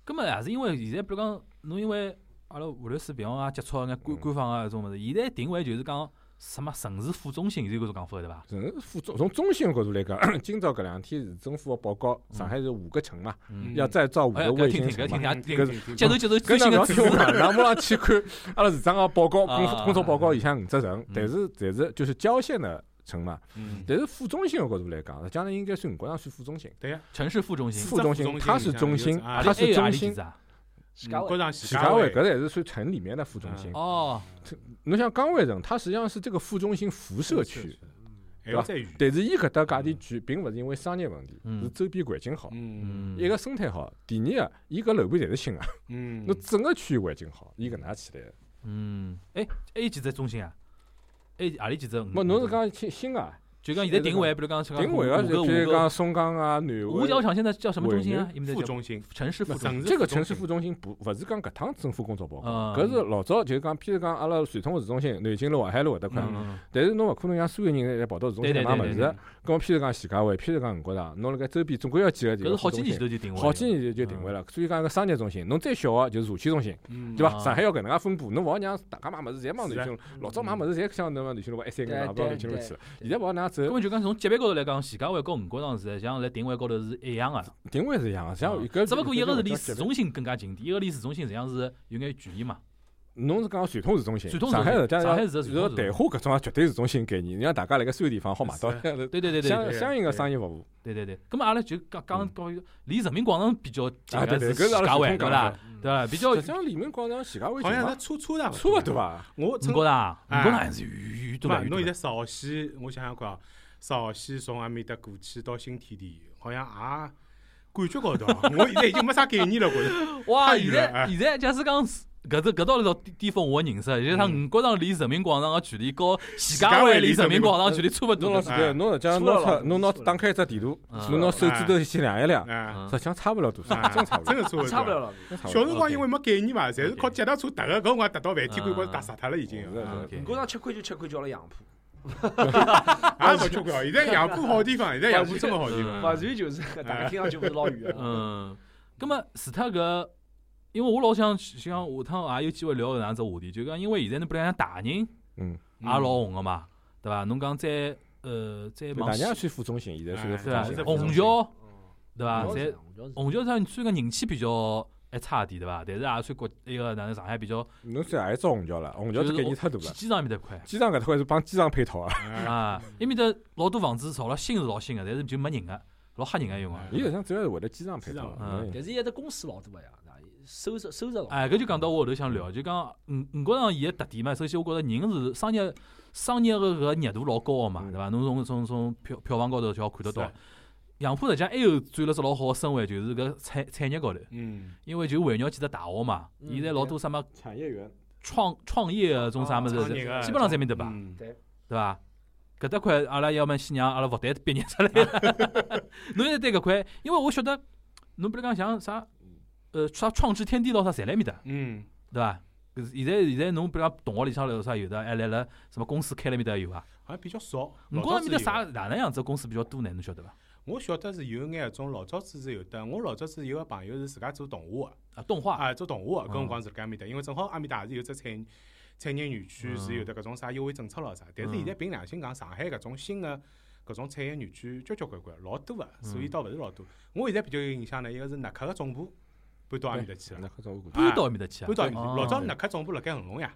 根本也是因为现在，比如讲，侬因为阿拉无论是别方啊接触啊眼官
嗯
官方啊搿种物事，现在定位就是讲什么城市副中心，是有搿种讲法的对伐？
从副中从中心角度来讲， <coughs> 今朝搿两天市政府个报告，上海是五个城嘛，
嗯
要再造五
哎，
个
不要
卫
听
星
听，不要
城
听听，
嘛。搿
是
接受接受最
搿
新
两
的
条
资
新
讯
闻， <laughs> 然后我上去看阿拉市长个报告，
啊
工
啊
工作报告里向五只
嗯
城，但是但是就是郊县的城嘛，
嗯，
但是副中心个角度来讲，将来应该算五角浪算副中心，
对呀，
城市嗯副中心，
副中
副中心
心它是中心，
像有啊
它
还
是
有阿
中
里几
心
只。啊？
徐家
嗯各
汇，
上
徐
徐
家
家
汇搿才是算城里面的副中心。
哦，
侬像江湾城，它实际上是这个副中心辐射区，，
还要再远，
但是伊搿搭价钿贵，并勿是因为商业问题，
嗯
是周边环境好。
嗯
一个生态好，第二个，伊搿楼盘侪是新个，
嗯，
侬整个区域环境好，伊搿能介起来的。
嗯，哎，还有几只中心啊？还有阿里几只？
没侬是讲新新个，
嗯就讲现在定位，比如讲像
定位
个
个就
啊五
比如
个
讲松江啊、南
五角
汇。
场现在叫什么中心啊？你们在
副
叫
中心，
城市副中心
城市
这个
副中
城市
心
副中心不勿是讲搿趟政府工作报告，
啊？
搿是老早就是讲，譬如讲阿拉传统市中心，南京路、淮海路搿搭块
嗯，嗯
但是侬勿可能让所有人侪跑到市中
对对
心来
对
买
对
物事，
对
搿，么譬如讲徐家汇，譬如讲五角场，侬辣盖周边总归要几个地
搿是
方是
好几
中
年
心
前头就定位了，嗯
好几年前就定位了。所以讲，搿商业中心，侬再小个就是社区中心，
嗯
对
啊
伐？上海要搿能介分布，侬勿好让大家买物事侪往
是
南
啊
京路，老早买物事侪想侬往南京路，一三个也跑
对
南京路
对
去了。
对
现在勿好能
根
介走，
本就讲从级别高头来讲，徐家汇和五角场实际上辣定位高头是一样的，
定位是一样个，像
啊
搿
只不过一个是离市
中，
中心更加近点，一个离市中心实际上是有眼距离嘛。
侬是讲传统市中心
传统，市中
上海
心
实际上
上海是
是
传统市中心
淡化搿种啊绝对市中心概念，让大家辣盖所有地方好买到 <laughs>
是
对对对对
相
对
对
相应个商业服务。
对对对，咁么阿拉就讲讲
嗯
到离人民广场比较近
啊
的
对对
是
搿
徐
是阿拉
家
传
汇对
统讲
伐
法？
对伐？比较
实
五
际上，里面广场徐家汇
好像
近
是
伐
车车差
差勿
多
多。伐？
我真
角场，五角
啊
场还是远远多
嘛，
了。
侬现在绍兴，我想想看啊，绍兴从阿面搭过去到新天地，好像也感觉高头啊，我现在已经没啥概念了，觉着。
哇，
太
现
远
在
了
现在假使讲是搿只搿道理到巅巅峰我的认识，就是讲
嗯
五角场离人民广场个距离和徐
徐
家
家
汇
汇
离
离
人
人
民
民
广
广
场距离差勿多
侬
了
实。际，侬实际上
错了
拿出侬拿
错了
打开一只地图，
啊
侬拿手指头去量一量，
啊，
嗯
实际上差勿了多少，
啊
真差勿
真
了。
的差勿
差不
多。
了了。
真差勿
小
多嗯
辰光因为没概念嘛，侪是靠脚踏车踏个，搿辰光踏到饭店馆，觉着踏死脱了已经。
是
嗯
是
，OK
五角场吃亏就吃亏叫了杨浦，
也勿交关。现在杨浦好地方，现在杨浦真个好地方。
嗯
勿然就是 <laughs> 大家听上去勿是老远啊。
嗯，咁么除脱搿，因为我老想想下趟也有机会聊搿能样子话题，就讲因为现在侬比如讲大人
嗯，
也老红个嘛，对伐？侬讲再呃再
对大
往
娘
西，
算副中心，现在算是副
对伐
中心
是副
了。
中
虹
心
桥
嗯
对伐？
五角
侪
场五角场
虹桥上虽然讲人气比较还差一点对伐？但是也算国一个哪能上海比较
侬算也是造虹桥了，虹桥这概念太大了。
机场埃面搭块。
机场搿块是帮机场配
<laughs>
套啊，
啊，
啊，埃面搭老多房子，朝了新是老新个，但是就没人个，老吓人个用个。
伊实际上主要是为了机场配套
场
机。
嗯
但是现在公司老多呀，那收入收入老多。
啊
哎，搿就讲到我后头想聊，就讲嗯五五角场伊个特点嘛。首先，我觉着人是商业商业个搿热度老高个嘛，
嗯
对伐？侬从从从票票房高头就好看得
是
到
啊。
杨浦实际上还有占了只老好个身位，就是搿产产业高头，
嗯，
因为就围绕几只大学嘛，
嗯
现在老多什么
产业园，
创创业个种啥物事
啊，
创业个
基本上侪面搭吧。
嗯
对伐？搿搭块阿拉要么先让阿拉复旦毕业
<laughs>
出来。侬现在对搿块，因为我晓得侬比如讲像啥，呃，啥创智天地咯啥，侪辣埃面搭，
嗯，
对伐？搿是现在现在侬比如讲同学里向有啥有的，还来了什么公司开了面搭有伐？啊
好像比较少。
五
老
角
早
埃
子
面搭
有
啥哪能样子的公司比较多呢？侬晓得伐？
我晓得是有眼搿种老早子是有的，我老早子有个朋友是自家做动画
啊，动
个，
画，
啊做动画个，搿辰光是自家埃面搭，因为正好埃面搭也是有只产产业园区是有的搿种啥优惠政策咯
嗯
啥，但是现在凭良心讲，上海搿种新个搿种产业园区交交关关老多个，啊
嗯
所以倒勿是老多。我现在比较有印象呢，一个是耐克个总部搬到埃面搭去了
那，搿种我
搬到埃面搭去啊
搬？到埃面搭
哦
去，老早耐哎克总部辣盖恒隆呀，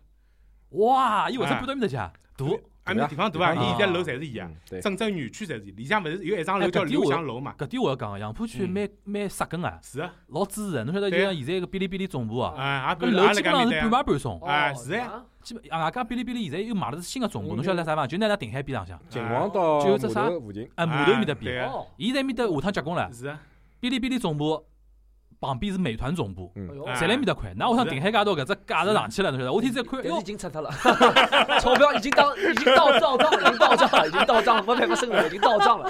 哇，伊为啥搬到埃面搭去啊？大，
埃面搭地方大
对
啊，
呀
伊现在楼侪是伊啊
嗯，对，
整整园区侪是伊，里向勿是有一幢
哎
楼
搿
叫
点我
刘翔楼嘛，
搿点我要讲啊，杨浦区
嗯
蛮蛮杀根啊，
是啊，
老支持的。侬晓得就
对啊
像现在个哔哩哔哩总部啊，
啊，也
搿
搬也辣
楼基
盖
本
埃
上是
面搭
半
呀。
卖半送。
哎
哦
是呀
啊
基本啊，外加哔哩哔哩现在又买了只新个总部，
嗯
侬晓得在啥地方？就拿在定海边浪向，
景光到
就有
码
只啥
哎
头附近，
啊码头面搭
对
边。
啊
哦，
伊在面搭下趟结棍了，
是啊，
哔哩哔哩总部旁边是美团总部，
嗯
哎呦，
啊
侪辣埃面搭看。那我想定海街道搿只价值上去了，侬晓得？我天天在看，哎
但是已
哟，
经出脱了， <laughs> 钞票已经到已经到到账了，已经到账了，已经到账了，没办法升了，已经到账了。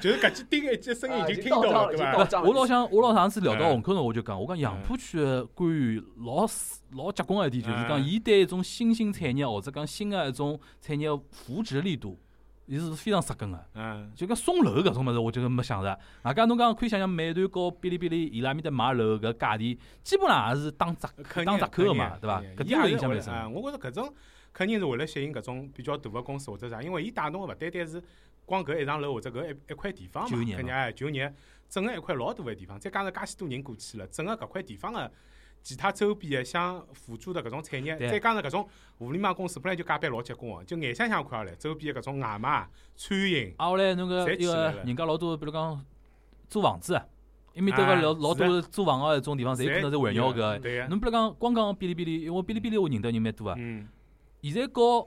就是搿几叮一记声音
<laughs> 啊
已经
已经
听
到
到
了
对
已经哎
伐
到
不？
了账
我老想，我老上次聊到
嗯
虹口呢，我就讲，我讲杨浦区的官员老死老结棍个一点，
哎
就是讲，
嗯
伊对一种新兴产业或者讲新个一种产业扶持力度，伊是非常扎根个。
嗯，
就讲送楼搿种物事，我就是没想着。外加侬讲可以想想，美团和哔哩哔哩伊拉埃面搭卖楼搿价钿，基本上也是打折
肯定
打折扣个嘛，
肯定
对伐？
肯
搿
定
点我
伊也
印
是
象蛮
为了
深。
啊，我觉着搿种肯定是为了吸引搿种比较大个公司或者啥，因为伊带动个勿单单是光搿一层楼或者搿一一块地方嘛，
就业嘛
肯定哎，就业整个一块老大个地方，再加上介许多人过去了，整个搿块地方个其他周边个相辅助的搿种产业，
对
再加上搿种互联网公司本来就加班老结棍哦个，就眼想想看下来，周边个搿种外卖、餐饮，
啊，后来侬搿
侪
一
起来
个
了
人家老多，比如讲租房子啊，埃面搭个老
啊
老
是啊
多租房个种地啊方，侪有可能侪围绕搿个。
对个，
侬比如讲，光讲哔哩哔哩，因为哔哩哔哩我认得人蛮多啊。
嗯，
现在搞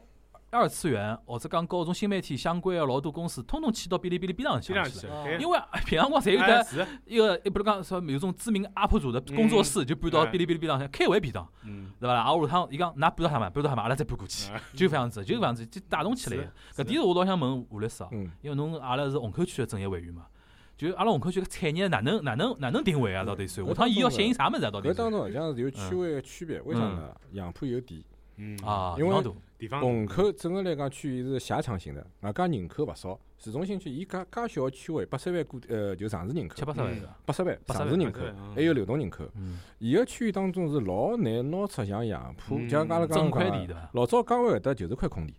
二次元或者讲搞搿种新媒体相关个老多公司，统统迁到哔哩哔哩边浪
尽
向
量
去
去
了。
了，
啊
对
因为平常光侪有
哎
得
是，
一个，比如讲说有种知名 UP 主的工作室，就搬到
嗯
哔哩哔哩边浪向开会便当，
嗯。
对伐啦？啊，下趟伊讲，㑚搬到他们，搬到他们，阿拉再搬过去
啊，
就搿样子，就搿样子，就带动起来。搿
是
点是我老想问吴律师啊，
嗯，
因为侬阿拉是虹口区的政协委员嘛，就阿拉虹口区个产业哪能哪能哪能定位啊？到底算？下趟伊要吸引啥物事啊？到底
搿当
算？
中实际上是有区位个区别，为啥呢？杨浦有地，
嗯
啊，
因为
老大
地方
虹口整个来讲区域是狭长型的，外加人口勿少，市中心区伊介介小个区位，八十万过呃就常住人
七八
口，
十万
嗯
是吧？
八十万
80
常
万
住人口
80万嗯，
还有流动人口。
嗯，
伊个区域当中是老难拿出像杨浦，
嗯
就像阿拉刚
整
刚
块
讲啊
地对
的，
伐？
老早江湾搿搭就是块空地，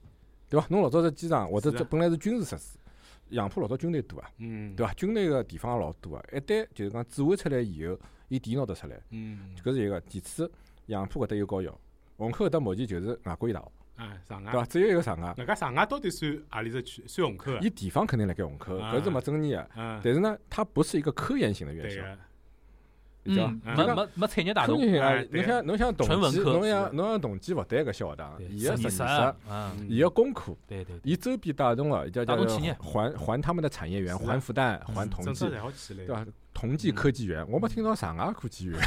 对伐？侬老早只机场或者
是啊
这本来是军事设施，杨浦老早军队多啊，
嗯，
对伐？军队个地方也老多啊，一旦就是讲指挥出来以后，伊地拿得出来，
嗯，
搿是一个。其次，杨浦搿搭有高校，虹口搿搭目前就是外国语大学，
啊，上
对
海，
伐？只有一个上海，
人家上啊海到底算阿里只区？算虹口啊？
伊地方肯定辣盖虹口，
啊
搿是没争议个。
嗯，
但是呢，它不是一个科研型的院
对啊
校，
个，
你讲
嗯，
嗯
没没没产业带
科
动，
研型啊
哎，对
侬
啊
想侬想同
纯文
济，
科
侬想侬想同济复旦搿小学堂，
对
伊个
实
实验
验室
室，
啊，嗯，
伊个功课，
对对对，
伊周边带动个叫
带
叫
动企业
还还他们的产业园，
是啊
还复旦，还同
政
济
策，侪好起来
对，伐？同济科技园，我没听到上海科技园，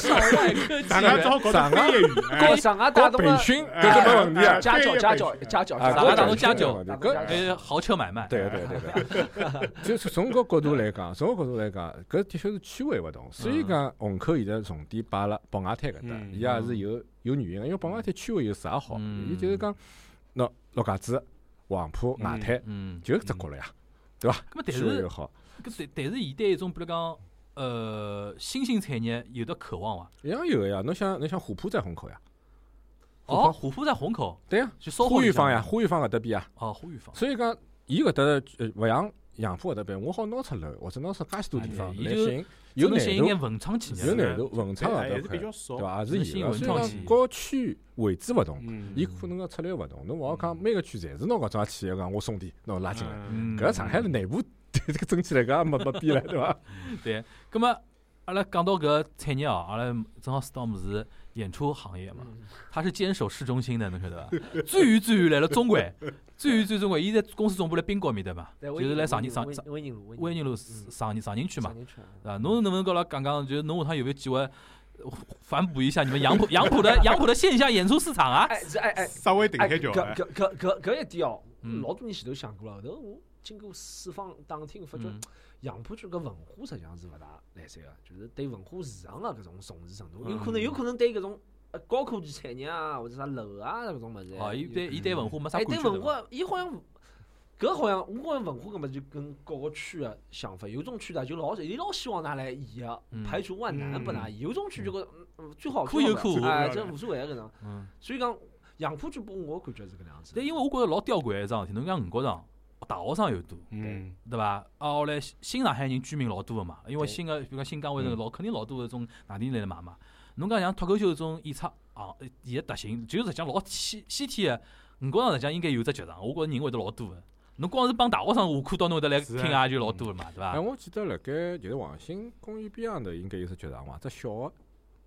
上外科技
上
啊
海正好搞得飞业语，哎
搞上啊海带动
培
了
训
哎
搿是没问题啊
哎。
家教
对
家教
对
家教，
啊
上海
搿
带
个
动
是
家
没
教
问题
打工
搿
家教
呃，豪车买卖，
对对对对，就是从搿角度来讲，从搿角度来讲，搿的确是区位勿同，所以讲虹口现在重点摆辣宝瓦滩搿搭，
嗯
伊也是有有原因个，因为宝瓦滩区位有啥好？
嗯
伊就是讲，喏，陆家嘴、黄浦、
嗯
外滩，
嗯，
就只角了呀，对伐？
咁么但
区位
是
又好，
搿但但是现在一种比如讲呃新兴产业有得渴望伐？
一样有个呀。侬想，侬想虎扑在虹口呀？
哦，虎扑在虹口，
对呀，
就稍
花
后
园坊呀，，花园坊搿搭边呀。
哦，花园坊，
所以讲，伊搿搭呃勿像杨浦搿搭边，我好拿出楼或者拿出介许多地方
啊对
来
伊就
吸引，有
能
难
吸引
度，
眼文创企业，
有难度，文
啊
对
创搿
还
哎
是
搭
哎比
块。
较少
对，伐？
是
是
新
有的，
闻
所以
创
讲
新啊
各区位置勿同，
嗯，
伊可能个策略勿同。侬勿好讲每个区侪是拿搿桩企业讲我送点，拿我拉进来。
嗯，
嗯，
搿上海的内部 <laughs> 这个整起来搿也没没边了，
<laughs>
对伐？
对，咁么阿拉讲到搿产业哦，阿拉正好 Storm 是演出行业嘛，
嗯
他是坚守市中心的，侬晓得
<laughs>
伐？最远最远来了中环，最远最中环，伊在公司总部辣冰高面对嘛，
对
就是来上宁上上
威宁路
威宁
路
路上宁上宁区嘛，
宁区啊
啊，侬能不能跟阿拉讲讲，就是侬下趟有没有机会呃反哺一下你们杨浦杨浦的杨浦的线下演出市场啊？
哎这哎哎
稍微顶啊
哎，
开叫
搿，搿搿搿搿一点哦
嗯，
老多年前头想过了，后头我经过四方打听，发觉
嗯
杨浦区搿文化实际上是勿大来三个，就是对文化市场个搿种重视程度，有
嗯
可能有可能对搿种呃高科技产业啊或者啥楼啊搿种物事，
哦，伊
有
对伊对文化没啥
哎
感
对
觉
文
的嘛。
化，伊好像搿好像我觉着文化搿物事就跟各个区个想法，有种区的就老伊老希望㑚来演啊
嗯，
排除万难拨㑚演，有种区就觉着嗯最好
可有可无
哎，这无所谓搿种。
嗯，
所以讲，杨浦区拨我感觉是搿能样子。
但因为我觉着老吊诡的一桩事体，侬讲五角场大学生又多，
嗯，
对伐？啊，后来新新上海人居民老多个嘛，因为
对
新个比如讲新疆湾
嗯
这个老肯定老多搿种外地人来买嘛。侬讲像脱口秀这种啊演出行伊个特性，就是实际上老西西天个五角场实际上应该有只剧场，我觉着人会得老多个。侬光是帮大学生下课到侬搿搭来
是啊嗯
听也就老多了嘛，对
哎，
伐？
我记得辣盖就是王兴公园边上头应该有只剧场嘛，只小个，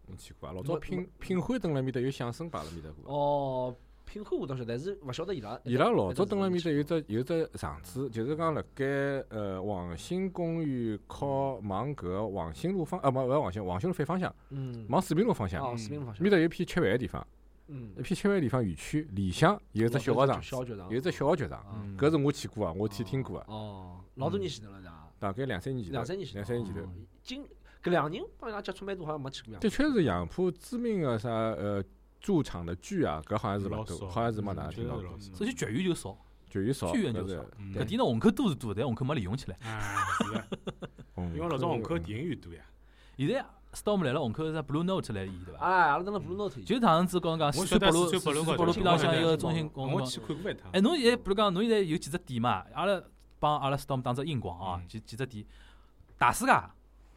侬去过啊？老早
没
品
没
品欢灯辣面搭有相声摆辣面搭过。啊
哦，品货我倒晓得，但是勿晓得伊拉
伊拉老早蹲辣面搭有只有只场子，就是讲辣盖呃黄兴公园靠往搿个黄兴路方啊，勿勿是黄兴，黄兴路反方向，
嗯，
往四平路方向，
哦，四平方向，
面搭有一片吃饭个地方，
嗯
一，片吃饭个地方园区里向有一只小学堂，
小学堂，
有一只小学堂，
嗯
搿是我去过啊，我去听过啊，
哦，老多年前头了，对伐？
大概两三年前头，
两三年前头，
两三年前头
哦，。今搿两年帮伊拉接触蛮多，好像没去过样
的。确是杨浦知名个啥呃驻场的剧啊，搿好像是
老
勿多，
少
好像是没
嗯
哪
确
听到
实
过
老，少
首先剧院就少，
剧院少，
剧院就
搿是
少
嗯
搿点呢虹口多是多，但虹口没利用起来。
啊，是的，
嗯
因为老早虹口
嗯
电影院多呀。
现在啊 storm 来了，虹口是 blue note 来演对
哎，
伐？
阿拉等了布鲁诺特，
就上次刚刚
啊我
四
晓
川北
得
路
四
四
川北
川
路
北路边浪向一个中心广
我
场。
去看过一趟
哎，。侬现在比如讲，侬现在有几只店嘛？阿拉帮阿拉 storm 打只硬广啊
嗯，
几几只店，大世界、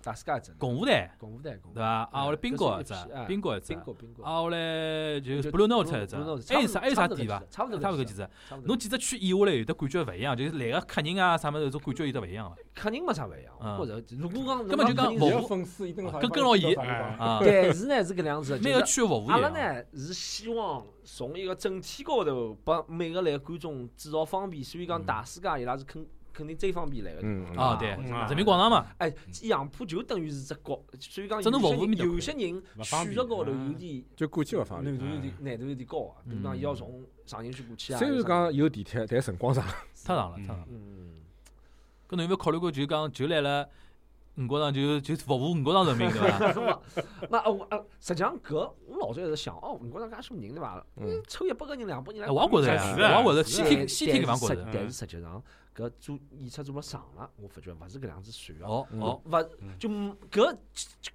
大世界镇，
共舞台，
共舞台，共舞
对
台，
伐？啊，我来
搿
冰
嗯是
果一
一
只
批哎，
冰果一只
宾，果，宾果，
哦
啊，我来就
就
blue note 一只
Blue Note，，
还
哎
有啥还有啥
差不多
店伐？
差不多
差不
搿
多搿几
几只
只，
差不多
侬几只区以下来，有的感觉勿一样，就是来个客人啊啥物事，种感觉有的勿一样了
肯定没啥勿一样。
嗯
或者如果讲，
根本就讲
肯定
服务
嗯伊个
某
是
粉丝一定好
跟跟牢伊
哎
啊。
但是呢是搿能样子，
每
就
个
是
区的服务
阿
一
拉
样。
呢是希望从一个整体高头帮每个来的观众制造方便，所以讲
嗯
大世界伊拉是肯肯定最方便来个。
嗯嗯
啊，对
啊
啊，
人民广场嘛，
哎，杨浦就等于是只角，所以讲
只能服务
有
面
些
搭
有些人
勿方
选
便
择高头
啊
有点
就过去勿
嗯
方便
难。度有点难度有点高啊，比如讲
嗯
伊要从上兴区过去啊。
嗯虽
有
然
啥
讲有地铁，但辰光长。
太长了，太
嗯
长了。
嗯，
搿侬有没有考虑过，就讲就来了五角场，就就服务五角场人民对
<laughs>
伐？
那啊我啊，实际上搿我老早一直想，哦，我讲介许多人对伐？
嗯
抽一百个人、两百人来
哎，
看，
我也觉着
是啊
呀，我也觉着
是
先
啊
天先天搿方觉
但
着
是
嗯
但是实际上搿做演出做了长了，我发觉勿是搿样子算个。
哦
嗯
哦，
勿就搿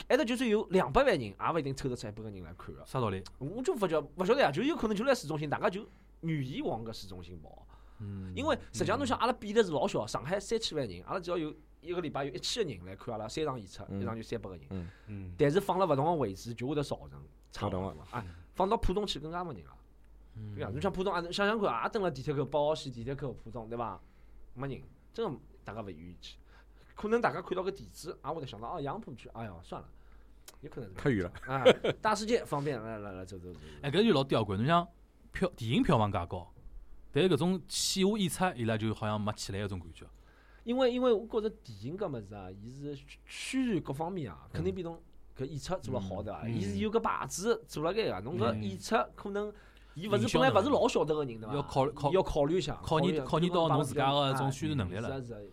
还头就算有两百万人，也勿一定抽得出一百个人来看个。
啥道理？
我就发觉勿晓得呀，就有可能就来市中心，大家就愿意往搿市中心跑。
嗯，
因为实际上侬想，阿拉比例是老小，上海三千万人，阿拉只要有一个礼拜有一千个人来看阿拉三场演出，
嗯
一场就三百个人。
嗯，
但是放了勿同个位置，就会得造成差
勿同
勿
个
嘛。啊，放到浦东去更加没人了，
嗯
对伐？侬像浦东啊，想想看，也蹲辣地铁口，八号线地铁口浦东，对伐？没人，真个大家勿愿意去。可能大家看到个地址，也会得想到哦，杨浦区，哎呀，算了，有可能是
太远了。
啊， <laughs> 大世界方便，来来来，走走走。
哎，搿就老吊诡。侬像票电影票房介高，但是搿种线下演出伊拉就好像没起来搿种感觉。
因为因为我觉着电影搿物事啊，伊是宣宣传各方面啊，肯
嗯
定比侬搿演出做了好对伐？
嗯
伊是有个牌子做辣盖个，侬搿
嗯
演出可能伊勿
营
是
销
本
能
来勿是
力
老晓得个人对伐？
要考考
要考虑一下，
考
虑
验
一下
考验
搿地方
到侬
摆
自
不
家个
摆
种
哎
宣传能力了。
是啊是啊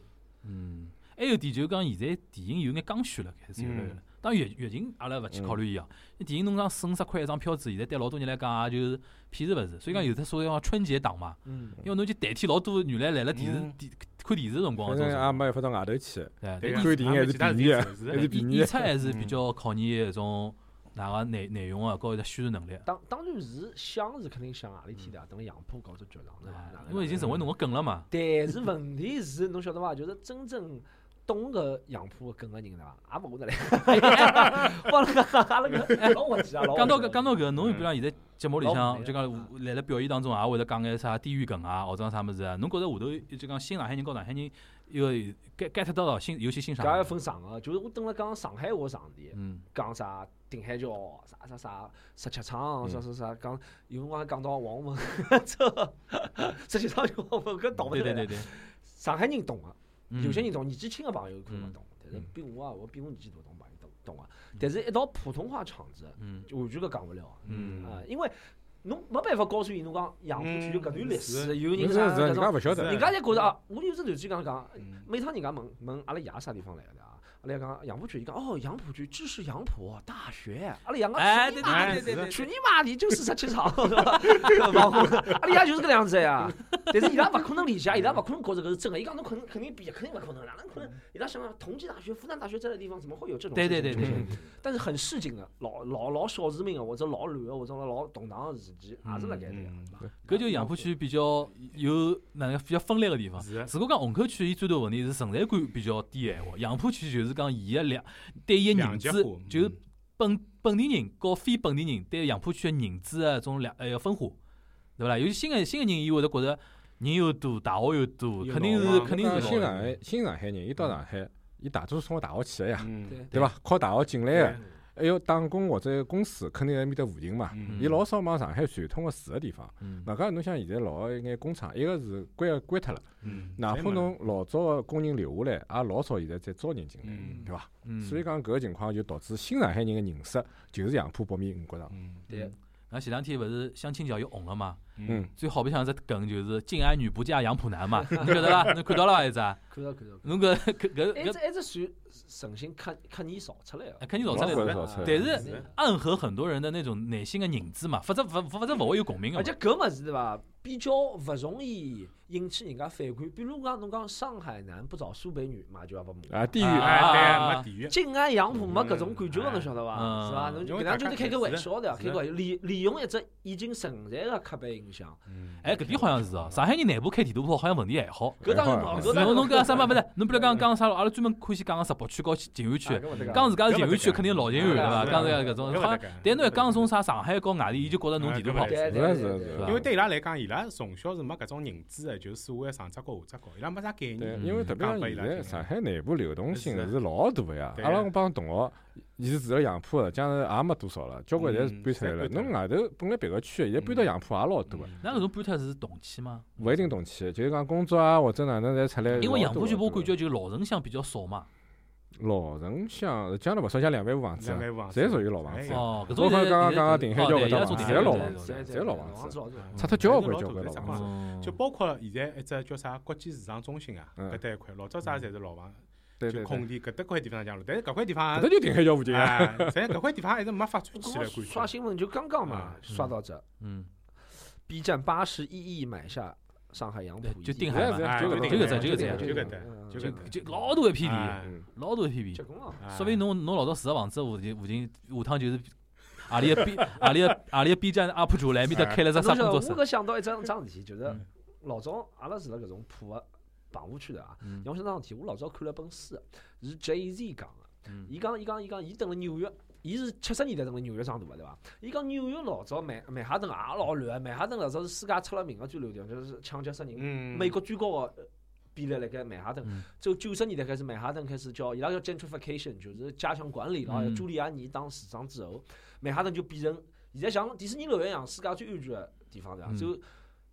嗯，还有点就是讲现在电影有眼刚需了，开始有了有
嗯
了。当然，疫疫情阿拉勿去考虑伊啊。那电影侬讲四五十块一张票子，现在对老多人来讲也就是便宜勿是。所以
嗯
讲有的所谓讲春节档嘛，
嗯，
因为侬就代替老多原来来了电视
嗯
电看电视辰光
反
的种
正
辰
也
光，
没办法到外头去，
对
对啊
对
呀
看电影还是便宜
是
的
啊
还是
的
便
演
宜
演。出还是比
嗯
较考验一种哪个内内容啊，高一个宣传能力。
当当然是想是肯定想何啊里天对伐？等杨浦搞只剧场对伐
啊？嗯因为已经成为
侬。
侬个梗了嘛。
但是问题是，侬晓得伐？就是真正懂搿杨浦搿梗个人对伐？也勿会
<laughs>
得 <laughs> 来。帮了 <laughs> 个阿拉搿老滑稽啊！老滑
讲
稽
到搿，讲到搿，侬比如讲现在节目里
嗯老嗯
向，
美
就讲来了表演当中也会得讲眼啥地域梗啊，或者啥物事啊。侬觉着下头就讲新上海人跟上海人一个 get get 到了新，尤其新上
搿
海
要
人。
分场合，就是我等辣讲上海话场地，
嗯，
讲啥定海桥、啥啥啥十七厂、
嗯
啥啥啥，讲有辰光还讲到王文， <laughs> 这十七厂就王文搿倒勿
对
得
对
来
对
了。
对，
上海人懂个，
嗯
有些人懂，年纪轻个朋友可能勿
嗯
懂，但是
嗯
比我啊，我比我年纪大懂朋友懂懂啊。但是一到普通话场子，
嗯
就完全搿讲勿了啊。
嗯
啊，因为侬没办法告诉伊，侬讲杨浦区有搿段历
嗯
史，有
人
人
家
啊啥
人
搿
家
种，
勿晓
是
得，
人家侪觉着啊，我有时突然间讲讲，
嗯
每趟人家问问阿拉爷啥地方来的啊，阿拉爷讲杨浦区，伊讲哦杨浦区，这是杨浦大学，阿拉爷
哎
讲
对
去你妈
对
的
对对对
去你妈的，就是十七厂，
<laughs>
是吧网红 <laughs> 阿拉爷就是搿样子呀。但是伊拉勿可能理
嗯
解，伊拉勿可能觉着搿是真个，伊讲侬肯肯定比，肯定勿可能，哪能可能？伊拉想想，同济大学、复旦大学这类地方怎么会有这种
对
事
对
情
对
出现？
对，
但是很市井的，老老老小市民的，或者老乱的，或者老动荡的时期，
嗯
也是辣
嗯
盖这样。
搿就杨浦区比较有哪能比较分裂个地方。
是的，
如果讲虹口区，伊最大问题是存在感比较低闲话。杨浦区就是讲伊个两对伊个
两
认
极
知
化，
就是
嗯
本本地人和非本地人对杨浦区的认知啊，种两哎个分化，对伐？啦？有些新个新个人，伊会得觉着人又多，大学又多，
有
肯定
老
是
嘛
肯定
讲
是
新
老
上
的
海新上海人，伊到上海，伊大多数从大学去个呀，
嗯
对
对伐？靠大学进来个，
嗯
还有打工或者公司，肯定在埃面搭附近嘛。
嗯
伊老少往上海传统个住个地方。
嗯
外加侬想现在老一眼工厂，一个是关关脱了，
嗯，
哪
侪没
怕
了
侬老早个工人留下来，也老少现在再招人进来，
嗯
对伐？
嗯，
所以讲搿个情况就导致新上海人个认识就是杨浦、北面、五角场。
嗯
对，
那前两天勿是相亲角又红了嘛？
嗯，
最好白相只梗就是“敬爱女不嫁杨浦男”嘛，侬晓得 <laughs> 伐？侬看到了伐？一只啊，
看到看到。
侬搿搿
一
搿
直一直算诚心刻刻意造出来
搿
的，
肯定
老
造出来
早
的
是，造出来
但
的
是
是
暗合很多人的那种内心的认知嘛，否则否否则勿会有共鸣的嘛
而且。搿物事对伐，比较勿容易引起人家反感。比如讲，侬讲上海男不找苏北女，嘛就要勿骂。
啊，地域
啊
哎，对，没地域，
静安杨浦没搿种感觉了，
嗯
侬晓得伐？
嗯
是伐？
嗯
侬
因为
搿能
大
就
家
是开个
是的
玩笑的，
是
开
的
个玩笑利利用一只已经存在的刻板印象。
嗯
哎，搿点好像是哦，上海人内部开地图炮好像问题还好。
搿当然冇，
哎
搿
是
当
侬
然
侬
冇
搿啥嘛？勿是，侬比如讲讲啥咯？阿拉专门欢喜讲个石北区和静安区，
啊搿勿得
讲自家是
搿
静
勿
安
得
区，
讲
肯定老静安对伐？
啊
搿勿得
讲自家
讲
搿种，
搿勿
好像
得讲
但侬一
搿勿得
讲从
讲
啥上海和外地，伊就觉着侬地图炮
哎搿勿得。
是的
对对
是的是的
对对
吧
因为对伊拉来讲，伊拉从小是没搿种认知的，就是所谓上只高下只高，伊拉没啥概
对，
念。
因为特别
讲
像
拨
现
伊拉
在
听
上海内部流动性
是
是老大个呀。
对
阿拉
呀
我帮同学，伊是住辣杨浦的，讲是也没多少了，交关侪是
嗯
搬出来
侪
了。
搬出来
侬外头本来别个区，现在搬到
嗯
杨浦也老多个，
那搿种搬脱是动迁吗？
勿一定动迁，就是讲工作啊或者哪能侪出来。
因为杨浦区拨我感觉
觉
就老城乡比较少嘛。
老城乡，讲了勿少，像两万户房子啊
两，万户房子
侪属于老房
哎
子
呀
啊，
哦，搿种
我好
现
像
在
刚刚
现在
刚刚顶海
哦
交
对
搿
伊拉
搭嘛
做顶
侪
啊
海
老啊
交
房
搿
子
种
对对
侪老
嗯
房子拆脱交
对老早就
还
关
是老
交
大
关老
的
房
啥
子。
嘛
哦
就包括现在一只叫啥国际市场中心啊，
嗯
搿搭一块，老早啥侪是老房，
对
就
对
空
对，
地搿搭块地方讲了，但是搿块地方
搿搭就顶海交附近啊。
哎，咱搿块地方一直没发展
我
起
<laughs>
刚
来，
刚
感觉。
刷新闻就刚刚嘛
嗯，
刷到这
嗯，
，B 站八十一亿买下上海杨
对
浦，
就定
海
海
嘛
嘛，
哎
啊就搿
这个
搭
在这个
就
在
搿搭就搿搭
嗯
就
就
搿搭
就老大一批地，
哎
嗯
老大一批
结
地。
棍了。
说不定侬侬老早住个房子附近附近，下趟就是阿里个 B 阿里个阿里个 B 站 UP 主来面搭开了只
侬
啥
晓得，
工
我
作室。啊
搿想到一桩桩事体，就是
嗯
老早阿拉住辣搿种破个棚户区头啊。
嗯
让我想到桩事体，我老早看了本书，是 J Z 讲个。
嗯
伊讲伊讲伊讲，伊等了纽约，伊是七十年代等了纽约长大个对伐？伊讲纽约老早曼曼哈顿也老乱，曼哈顿老早是世界出了名个最乱地方，就是抢劫杀人。
嗯，
美国最高个比例辣盖曼哈顿
嗯，
只有九十年代开始曼哈顿开始叫伊拉叫 gentrification，就是加强管理了。
嗯
朱利安尼当市长之后，曼哈顿就变成现在像迪士尼乐园一样世界最安全个地方对伐？
嗯
就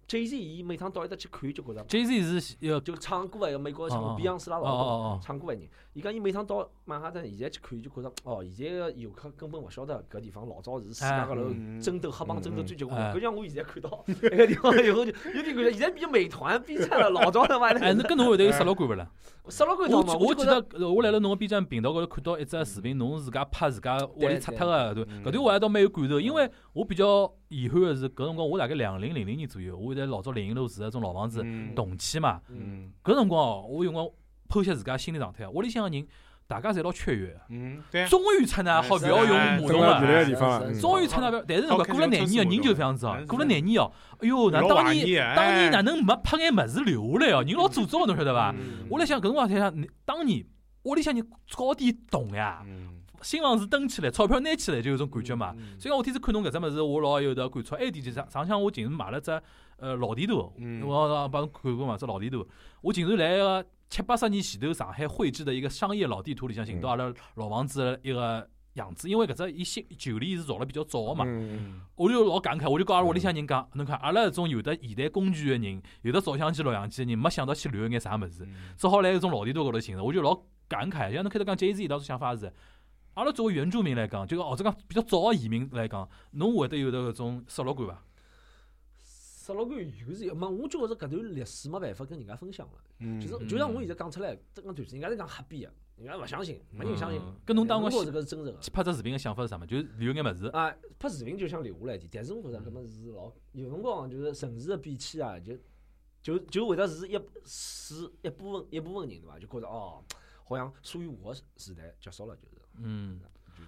J Z 伊每趟到埃搭去看就觉着，
J Z 是要
就唱歌啊个美国
哦哦
唱
哦
碧昂斯拉
哦
老多。
哦
唱歌个人，伊讲伊每趟到曼哈顿，现在去看就觉着，哦，现在个游客根本勿晓得搿地方老早是世界高头
嗯
争斗黑帮争斗
嗯
最结棍
哎
的。搿像我现在看到那个地方以后就有点感觉，现在比美团比惨了，老早他妈
哦，哎，
的，
那跟侬后头有失落感勿
<laughs>
啦？
啥老鬼
我
道嘛？
我
就
记
觉得
得我来了侬个 B 站频道高头看到一只视频，侬自家拍自家屋里
对
拆
对
脱个，对，
嗯
搿段我还倒蛮有感受，因为我比较遗憾个是，搿辰光我大概两零零零年左右，我在老早零一楼住个种老房子，
嗯
动迁嘛，
嗯，
嗯
搿辰光哦，我有辰光剖析自家心理状态，屋里向个人大家侪老雀跃的，
嗯，对啊，
终于出呢，好勿要用马
嗯
桶
蹲辣
了
原
了。
来个地方啊，
嗯
嗯
终于出那表，但是辰光过了廿年哦，人就这样子哦
嗯，
过了廿年哦，哎哟，那
老
当
怀
年
念哎
当年哪能没拍眼物事留下来哦？人老做作的，侬晓得伐？
嗯
我辣想搿辰光想想，当年屋里向人高低懂呀，
嗯
新房子登起来，钞票拿起来就有种感觉嘛。
嗯
所以讲，我天天看侬搿只物事，我老有得感触。还有一点就是上上向我竟然买了只呃老地图，
嗯
我我帮侬看过嘛，只老地图。我竟然来个七八十年前头上海绘制的一个商业老地图里向寻到阿拉老房子的一个样子，因为搿只伊新旧里是造了比较早个嘛。
嗯
我就老感慨，我就跟阿拉屋里向人讲，侬看阿拉搿种有得现代工具的人，有得照相机、录像机的人，没想到去留一眼啥物事，
嗯
只好来搿种老地图高头寻着，我就老感慨。像侬开头讲 J Z 当初想法是，阿拉作为原住民来讲，就是或者讲比较早的移民来讲，侬会得有得搿种失落感伐？
啥老鬼有是有，没我就觉着搿段历史没办法跟人家分享了。
嗯
就是就像我现在讲出来，这个段子人家是讲瞎编的，人家勿相信，没人相信
嗯。跟侬当
我
过
觉着搿是真实的。
去拍只视频的想法是啥嘛？就是留眼物事，
啊，拍视频就想留下来一点，但是我觉着搿么是老有辰光就是城市的变迁啊，就就就会得是一是一部分一部分人对伐？就觉着哦，好像属于我的时代结束了，就是
嗯，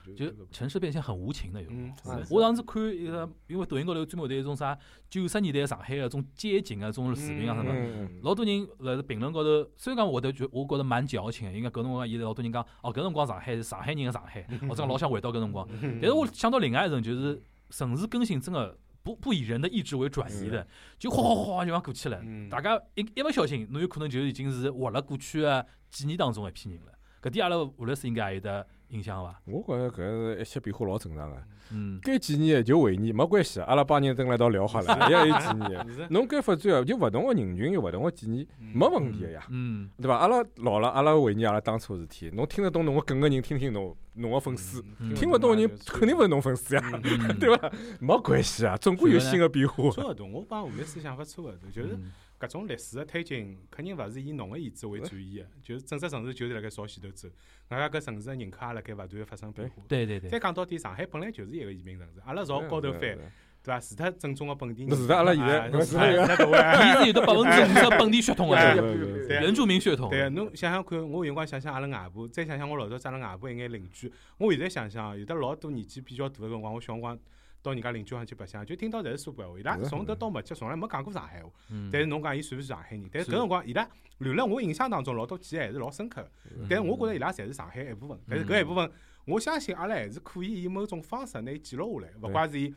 就
就
就
城市变迁很无情的有辰光。
嗯
啊
我上次看一个，因为抖音高头专门有得一种啥九十年代上海的种街景啊，种视频啊什么。
嗯
老多人辣评论高头，虽然讲我都觉，我觉得蛮矫情的，应该搿辰光现在老多人讲，哦，搿辰光上海是上海人的上海，或者讲老想回到搿辰光。
嗯
但是我想到另外一种，就是城市更新真的不不以人的意志为转移的，就哗哗哗哗就往过去了。
嗯
大家一一不小心，侬有可能就已经是活了过去的几年当中的一批人了。搿点阿拉吴律师应该也有得印象伐？
我觉着搿是一切变化老正常个。
嗯，
该几年就回忆，没关系，阿拉帮人蹲辣一道聊好
<laughs>
了，也有几年。
是
侬该发展的就勿同个人群有勿同个建议，没问题个呀，
<laughs>
嗯，
对伐？阿拉老了，阿拉回忆阿拉当初事体，侬听得懂侬个梗个人，听听侬侬个粉丝，
嗯
听勿懂人肯定勿是侬粉丝呀，
<laughs> 嗯
嗯
对伐？没关系啊，总归有新个变化。
差勿多，我帮吴律师想法差勿多，就是
嗯
搿种历史的推进，肯定勿是以侬个意志为转移个，就是整只城市就是辣盖朝前头走，外加搿城市的人口也辣盖勿断地发生变化。
对对对
再，讲到底，上海本来就是一个移民城市，阿拉朝高头翻，
对
对伐？除脱正宗个本地人，
是的阿拉现在
啊
是的
是的对伐
伊是有得百分之五十本地血统啊
哎
个，
对对
对
原住民血统。啊
对，啊侬想想看，我有辰光想想阿拉外婆，再想想我老早子阿拉外婆一眼邻居，我现在想啊想，有的老多年纪比较大个辰光，我小辰光到人家邻居上去白相，就听到侪是苏北话，伊拉
是的
从头到末节从来没讲过上海话。
嗯
但是侬讲伊算勿算上海人？但是
是
搿辰光伊拉留辣我印象当中，老多记忆还是老深刻的。
嗯
嗯
但是我觉着伊拉侪是上海一部分，但是搿一部分，我相信阿拉还是可以以某种方式拿伊记录下来，勿怪是伊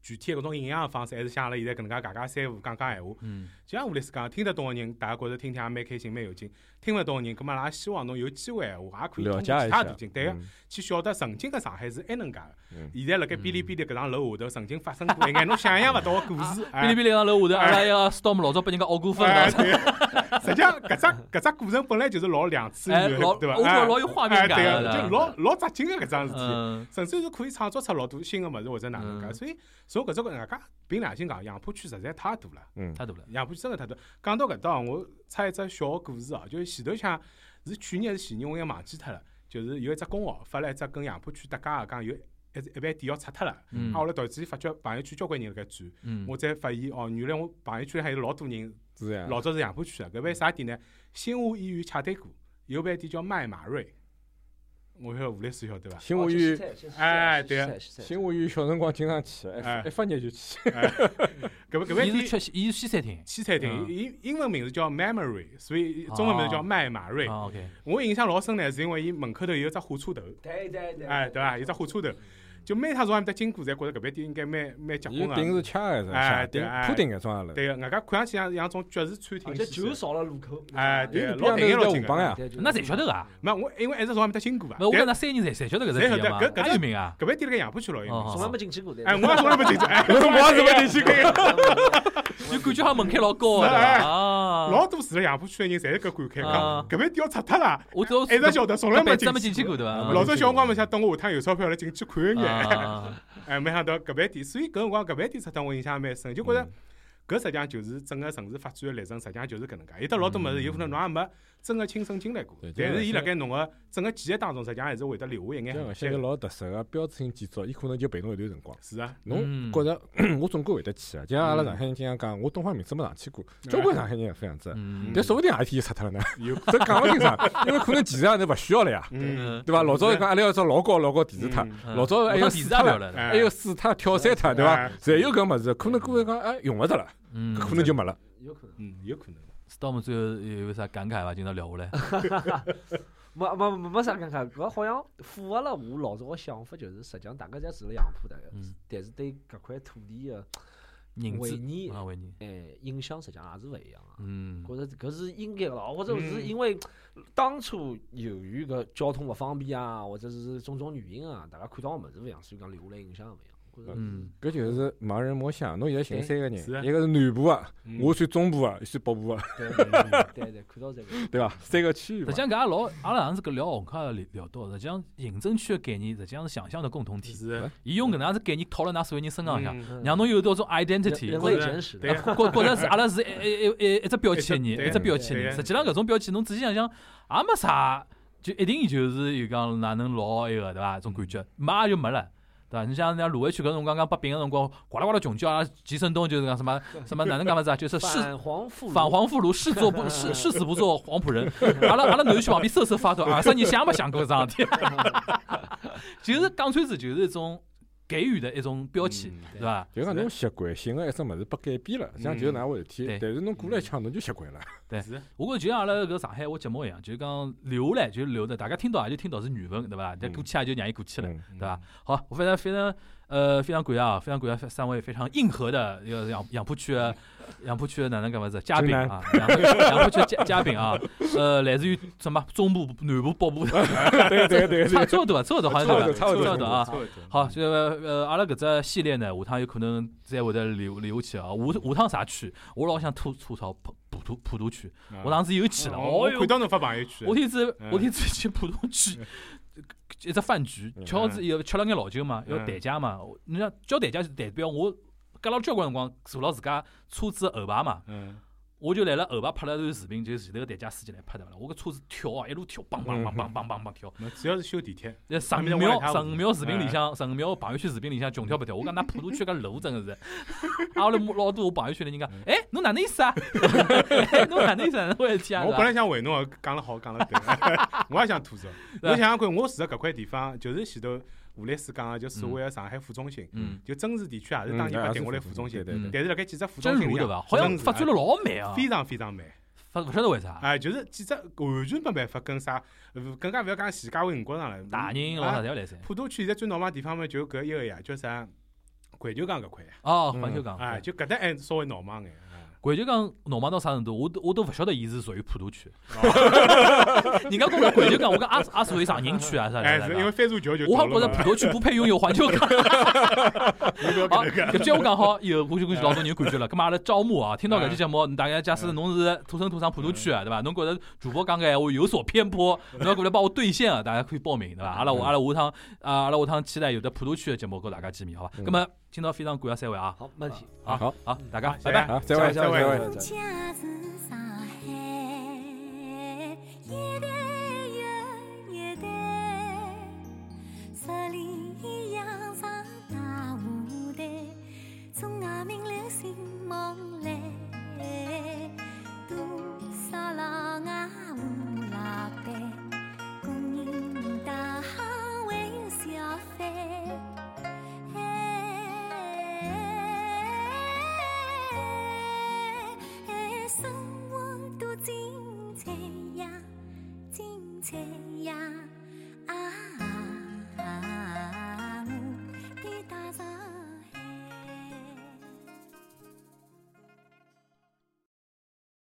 具体的搿种影像的方式，还是像阿拉现在搿能介尬尬三胡讲讲闲话。
嗯，
就像吴律师讲，听得懂个人，大家觉着听听也蛮开心、蛮有劲；听勿懂个人，葛末阿拉也希望侬有机会闲啊话，也可以
了
通过
解一
其他
下
途径，，对个，
嗯
去晓得曾经个上海是埃能介个
嗯。
现在辣盖哔哩哔哩搿幢楼下头，曾经发生过
<laughs>
一眼侬想象勿到个故事。
哔
哎
哩哔哩上楼下头，阿拉一个 storm 老早被人家熬过分
哎，
了，
对，实际上搿只搿只过程本来就是老两次
哎，
元
老，
对伐？
我觉
哎
得老有画面
哎
感
对
的
个，就老老扎劲个搿桩事体，
嗯
甚至是可以创作出老多新个物事或者哪能介。
嗯
所以从搿只角度，外加凭良心讲，杨浦区实在太大了，
嗯，
太大了，
杨浦区真个太大。讲到搿搭，我插一只小个故事哦，就是前头想是去年还是前年，我也忘记脱了。就是有一只公号发了一只跟杨浦区搭界个，讲有一一爿店要拆脱了。
嗯
啊，后来突然之间发觉朋友圈交关人辣盖转，
嗯，
我才发现哦，原来我朋友圈还有老多人
是这样。
老早是杨浦区的，搿爿啥店呢？新华医院斜对过有爿店叫麦马瑞，我晓得吴律师晓得伐？
新
哦
华园，
哎对
新华园小辰光经常去，
哎
一一发热就去。
搿爿搿
伊是
爿店
吃伊是西餐厅，
西餐厅，
嗯
英英文名字叫 Memory，所以中文名字叫麦马瑞。
啊 OK，
我印象老深呢，是因为伊门口头有一只火车头，
对对对，
哎对伐？有一只火车头，就每趟从埃面搭经过，侪觉着搿爿店应该蛮蛮结
伊
棍
顶
个。
是吃还是
哎
啥？
对
顶
哎
铺顶搿种阿啊拉。
对个，外加看上去像像种爵士餐厅
啊
而
西
且
餐。
酒啊少了路口，啊
哎对
伊
个，
边
老
上
近个
头
老
是
近
舞房
个。
呀，
那谁晓得啊？
没我因为一直从埃面搭经过伐。啊
勿我
但
跟那三人侪侪晓得搿只
侪晓
店
得
嘛，
搿搿
太有名啊！
搿爿店辣盖杨浦区了，因为
哦
从来没进去过的。
<laughs> 哎，我也从来没进去，
<laughs>
哎，
我也是没进去过
就感觉好像门槛老高啊
是哎
对伐啊！
老多住了杨浦区的人，侪是搿感慨，
啊
讲搿爿店要拆脱了，
我只要
一直晓得，从来没
没
进
没进去
过。
过对伐？
老早小辰光嘛，想等我下趟有钞票了进去看一眼，
啊
哎，没想到搿爿店，所以搿辰光搿爿店拆脱我印象蛮深，就觉着搿实际上就是整个城市发展的历程，实际上就是搿能介。有得老多物事，有可能侬也没真个亲身经历过
对，
但
就是是
伊辣盖侬个整个记忆当中，实际上还是会得留下一眼
像搿
痕
些
迹
个
的。
老特色个标志性建筑，伊可能就陪侬一段辰光。
是啊，
侬
嗯
觉着 <clears throat> 我总归会得去个，啊就像
嗯
阿拉上海人经常讲，我东方明珠没上去过，
哎
交关上海人也这样子。
嗯
但说不定哪一天就拆脱了呢，
有
这讲勿清
<laughs>
爽，因为可能其实也是勿需要了呀，
嗯，
对伐？老早讲阿拉要只老高老高电视塔，
嗯
嗯
老早还有
老电视也
四塔
聊了
哎
的，
还有水塔、跳伞塔，对伐
哎？
侪有搿物事，可能过一讲哎用勿着了，
嗯
可能就没了。
有可能。
嗯，有可能。
storm 最后有啥感慨伐？今朝聊下来，
没没没没啥看看，搿好像符合了我老早个想法，就是实际上大家侪住辣杨浦的，
嗯
但是对搿块土地个
认
回
知
忆，
啊，维尼，
哎，影响实际上也是勿一样个。
嗯
觉着搿是应该个咯，或者
嗯
是因为当初由于搿交通勿方便啊，或者是种种原因啊，大家看到个物事勿一样，所以讲留下来印象也勿一样。我觉着
嗯
搿就是盲人摸象，侬现在寻三个人
是啊，
一个是南部个，
嗯
我算中部个，伊算北部个，啊
对对对，看到这个，
对伐？三个区域
实
嘛
际。上，搿也老，阿拉上次搿聊红卡也聊到，实际上行政区的概念，实际上是想象的共同体。
是啊
伊用搿能样子概念套辣㑚所有人身上向，
嗯
让侬有到种
人
identity，
类简史
对
觉觉觉着是阿拉是一一一一只标签
一只
人，一只标签
对
人。
对
实际上搿种标签，侬仔细想想，也没啥，就一定就是有讲哪能老埃个对伐？种感觉没也就没了。对伐？你像人家卢湾区搿辰光讲被并个辰光，呱啦呱啦穷叫啊，吉森东就是讲什么什么哪能讲法子啊，就是世
反黄复
反黄妇孺，誓做不誓誓死不做黄浦人。阿拉阿拉南区旁边瑟瑟发抖，二十年想没想过桩事体？ <laughs> 就是讲穿子，就是一种给予的一种标签，对伐？
就讲侬习惯性个一只物事被改变了，像就是哪回事体
对，
但是侬过了一腔，侬就习惯了。
是啊
我觉着就像阿拉搿上海话节目一样，就是讲留下来就留着，大家听到也就听到是缘分，对伐？但
嗯
过去也就让伊过去了，
嗯
对伐？好，我反正反正呃，非常感谢啊，非常感谢三位非常硬核的一个杨杨浦区
嗯
的杨浦区的哪能搿么子嘉宾啊，杨浦杨浦区的嘉嘉宾啊，呃，来自于什么中部、南部、北部的，
对啊对对
差
对，
差不多吧，差不多好像对吧？
差不
差不
多差不
多
多
啊。
差不多
好，就呃，阿拉搿只系列呢，下趟有可能再会得留留下去啊。下下趟啥区？我老想吐吐槽普普渡普渡区，我上次有去了，
嗯我
哦
看
哟，
到侬发朋友圈，
我天子
嗯
我天子去浦东区 <laughs> 一只饭局，
嗯
吃好子以后吃了眼老酒嘛，要
嗯
代驾嘛。我你像叫代驾就代表我隔了交关辰光坐牢自家车子的后排嘛，
嗯，
我就来了后排拍了一段视频，就是前头个代驾司机来拍对伐啦？我个车子跳啊，一路跳，梆梆梆梆梆梆梆跳。
没主要是修地铁，
<laughs> 那十
嗯没得
五
我
秒，
来他
十
我
五秒视频里
嗯
向，十五秒朋友圈视频里向穷跳不跳？我讲那普陀区搿路真的是， <laughs> 啊，我来老多我朋友圈里人讲，
嗯
哎，侬哪能意思啊？ <laughs> 哎侬哪能意思啊？ <laughs> 哪能回事体啊？
我
是吧
本来想为侬，讲了好，讲了对，
<laughs>
我也想吐槽。侬
啊
想想看，我住在搿块地方，就是前头吴律师讲个，就所谓个上海副中心，
嗯，
就真治地区啊也是当年
嗯
拨
也
定
是
下来
副
副中
中心
心
对
对对，
但是辣盖几只副中
真
心
如
里啊
对
向
伐？好像
真是
发展了老慢啊，
哎非常非常慢。
发勿晓得为啥。
哎，就是几只完全没办法跟啥，呃更加勿要讲徐家汇五角场了。
大人老啥侪
啊，
要来噻。
普陀区现在最闹忙的地方嘛，就搿一个呀，叫啥？环球港搿块呀，
哦，环球港，
哎，
对
就搿搭还稍微闹忙眼。啊
环球港闹忙到啥程度？我都我都勿晓得伊是属于普陀区。 <laughs> 人家跟我讲环球港，我讲也也属于上宁区啊啥啥
哦哎，
啥
是因为
啥。
番薯桥就
我
倒
还觉
了
着
嘛
普陀区不配拥有环
<laughs>
球港。
你不要
好，
搿能
搿
介
句我讲好以后，我就估计老多人感觉了。咁嘛，阿拉招募啊，听到搿期节目，大家假使侬是土生土长普陀区啊，对伐？侬觉着主播讲个闲话哎有所偏颇，侬要过来帮我兑现啊，大家可以报名，对伐？阿拉我阿拉下趟啊，阿拉下趟期待有的普陀区的节目跟大家见面，好伐？
嗯
咁么今朝非常感谢三位啊，
好，没问题。
<laughs> 好
好
好，大家
好谢
拜拜。
谢
好，再会
再
再
会
会
再。会
家是上海，一代又一代，十里洋场大舞台，中外名流醒梦来，多少老外无老板，工人大行还有小贩。哎，生活多精彩呀，精彩呀！啊！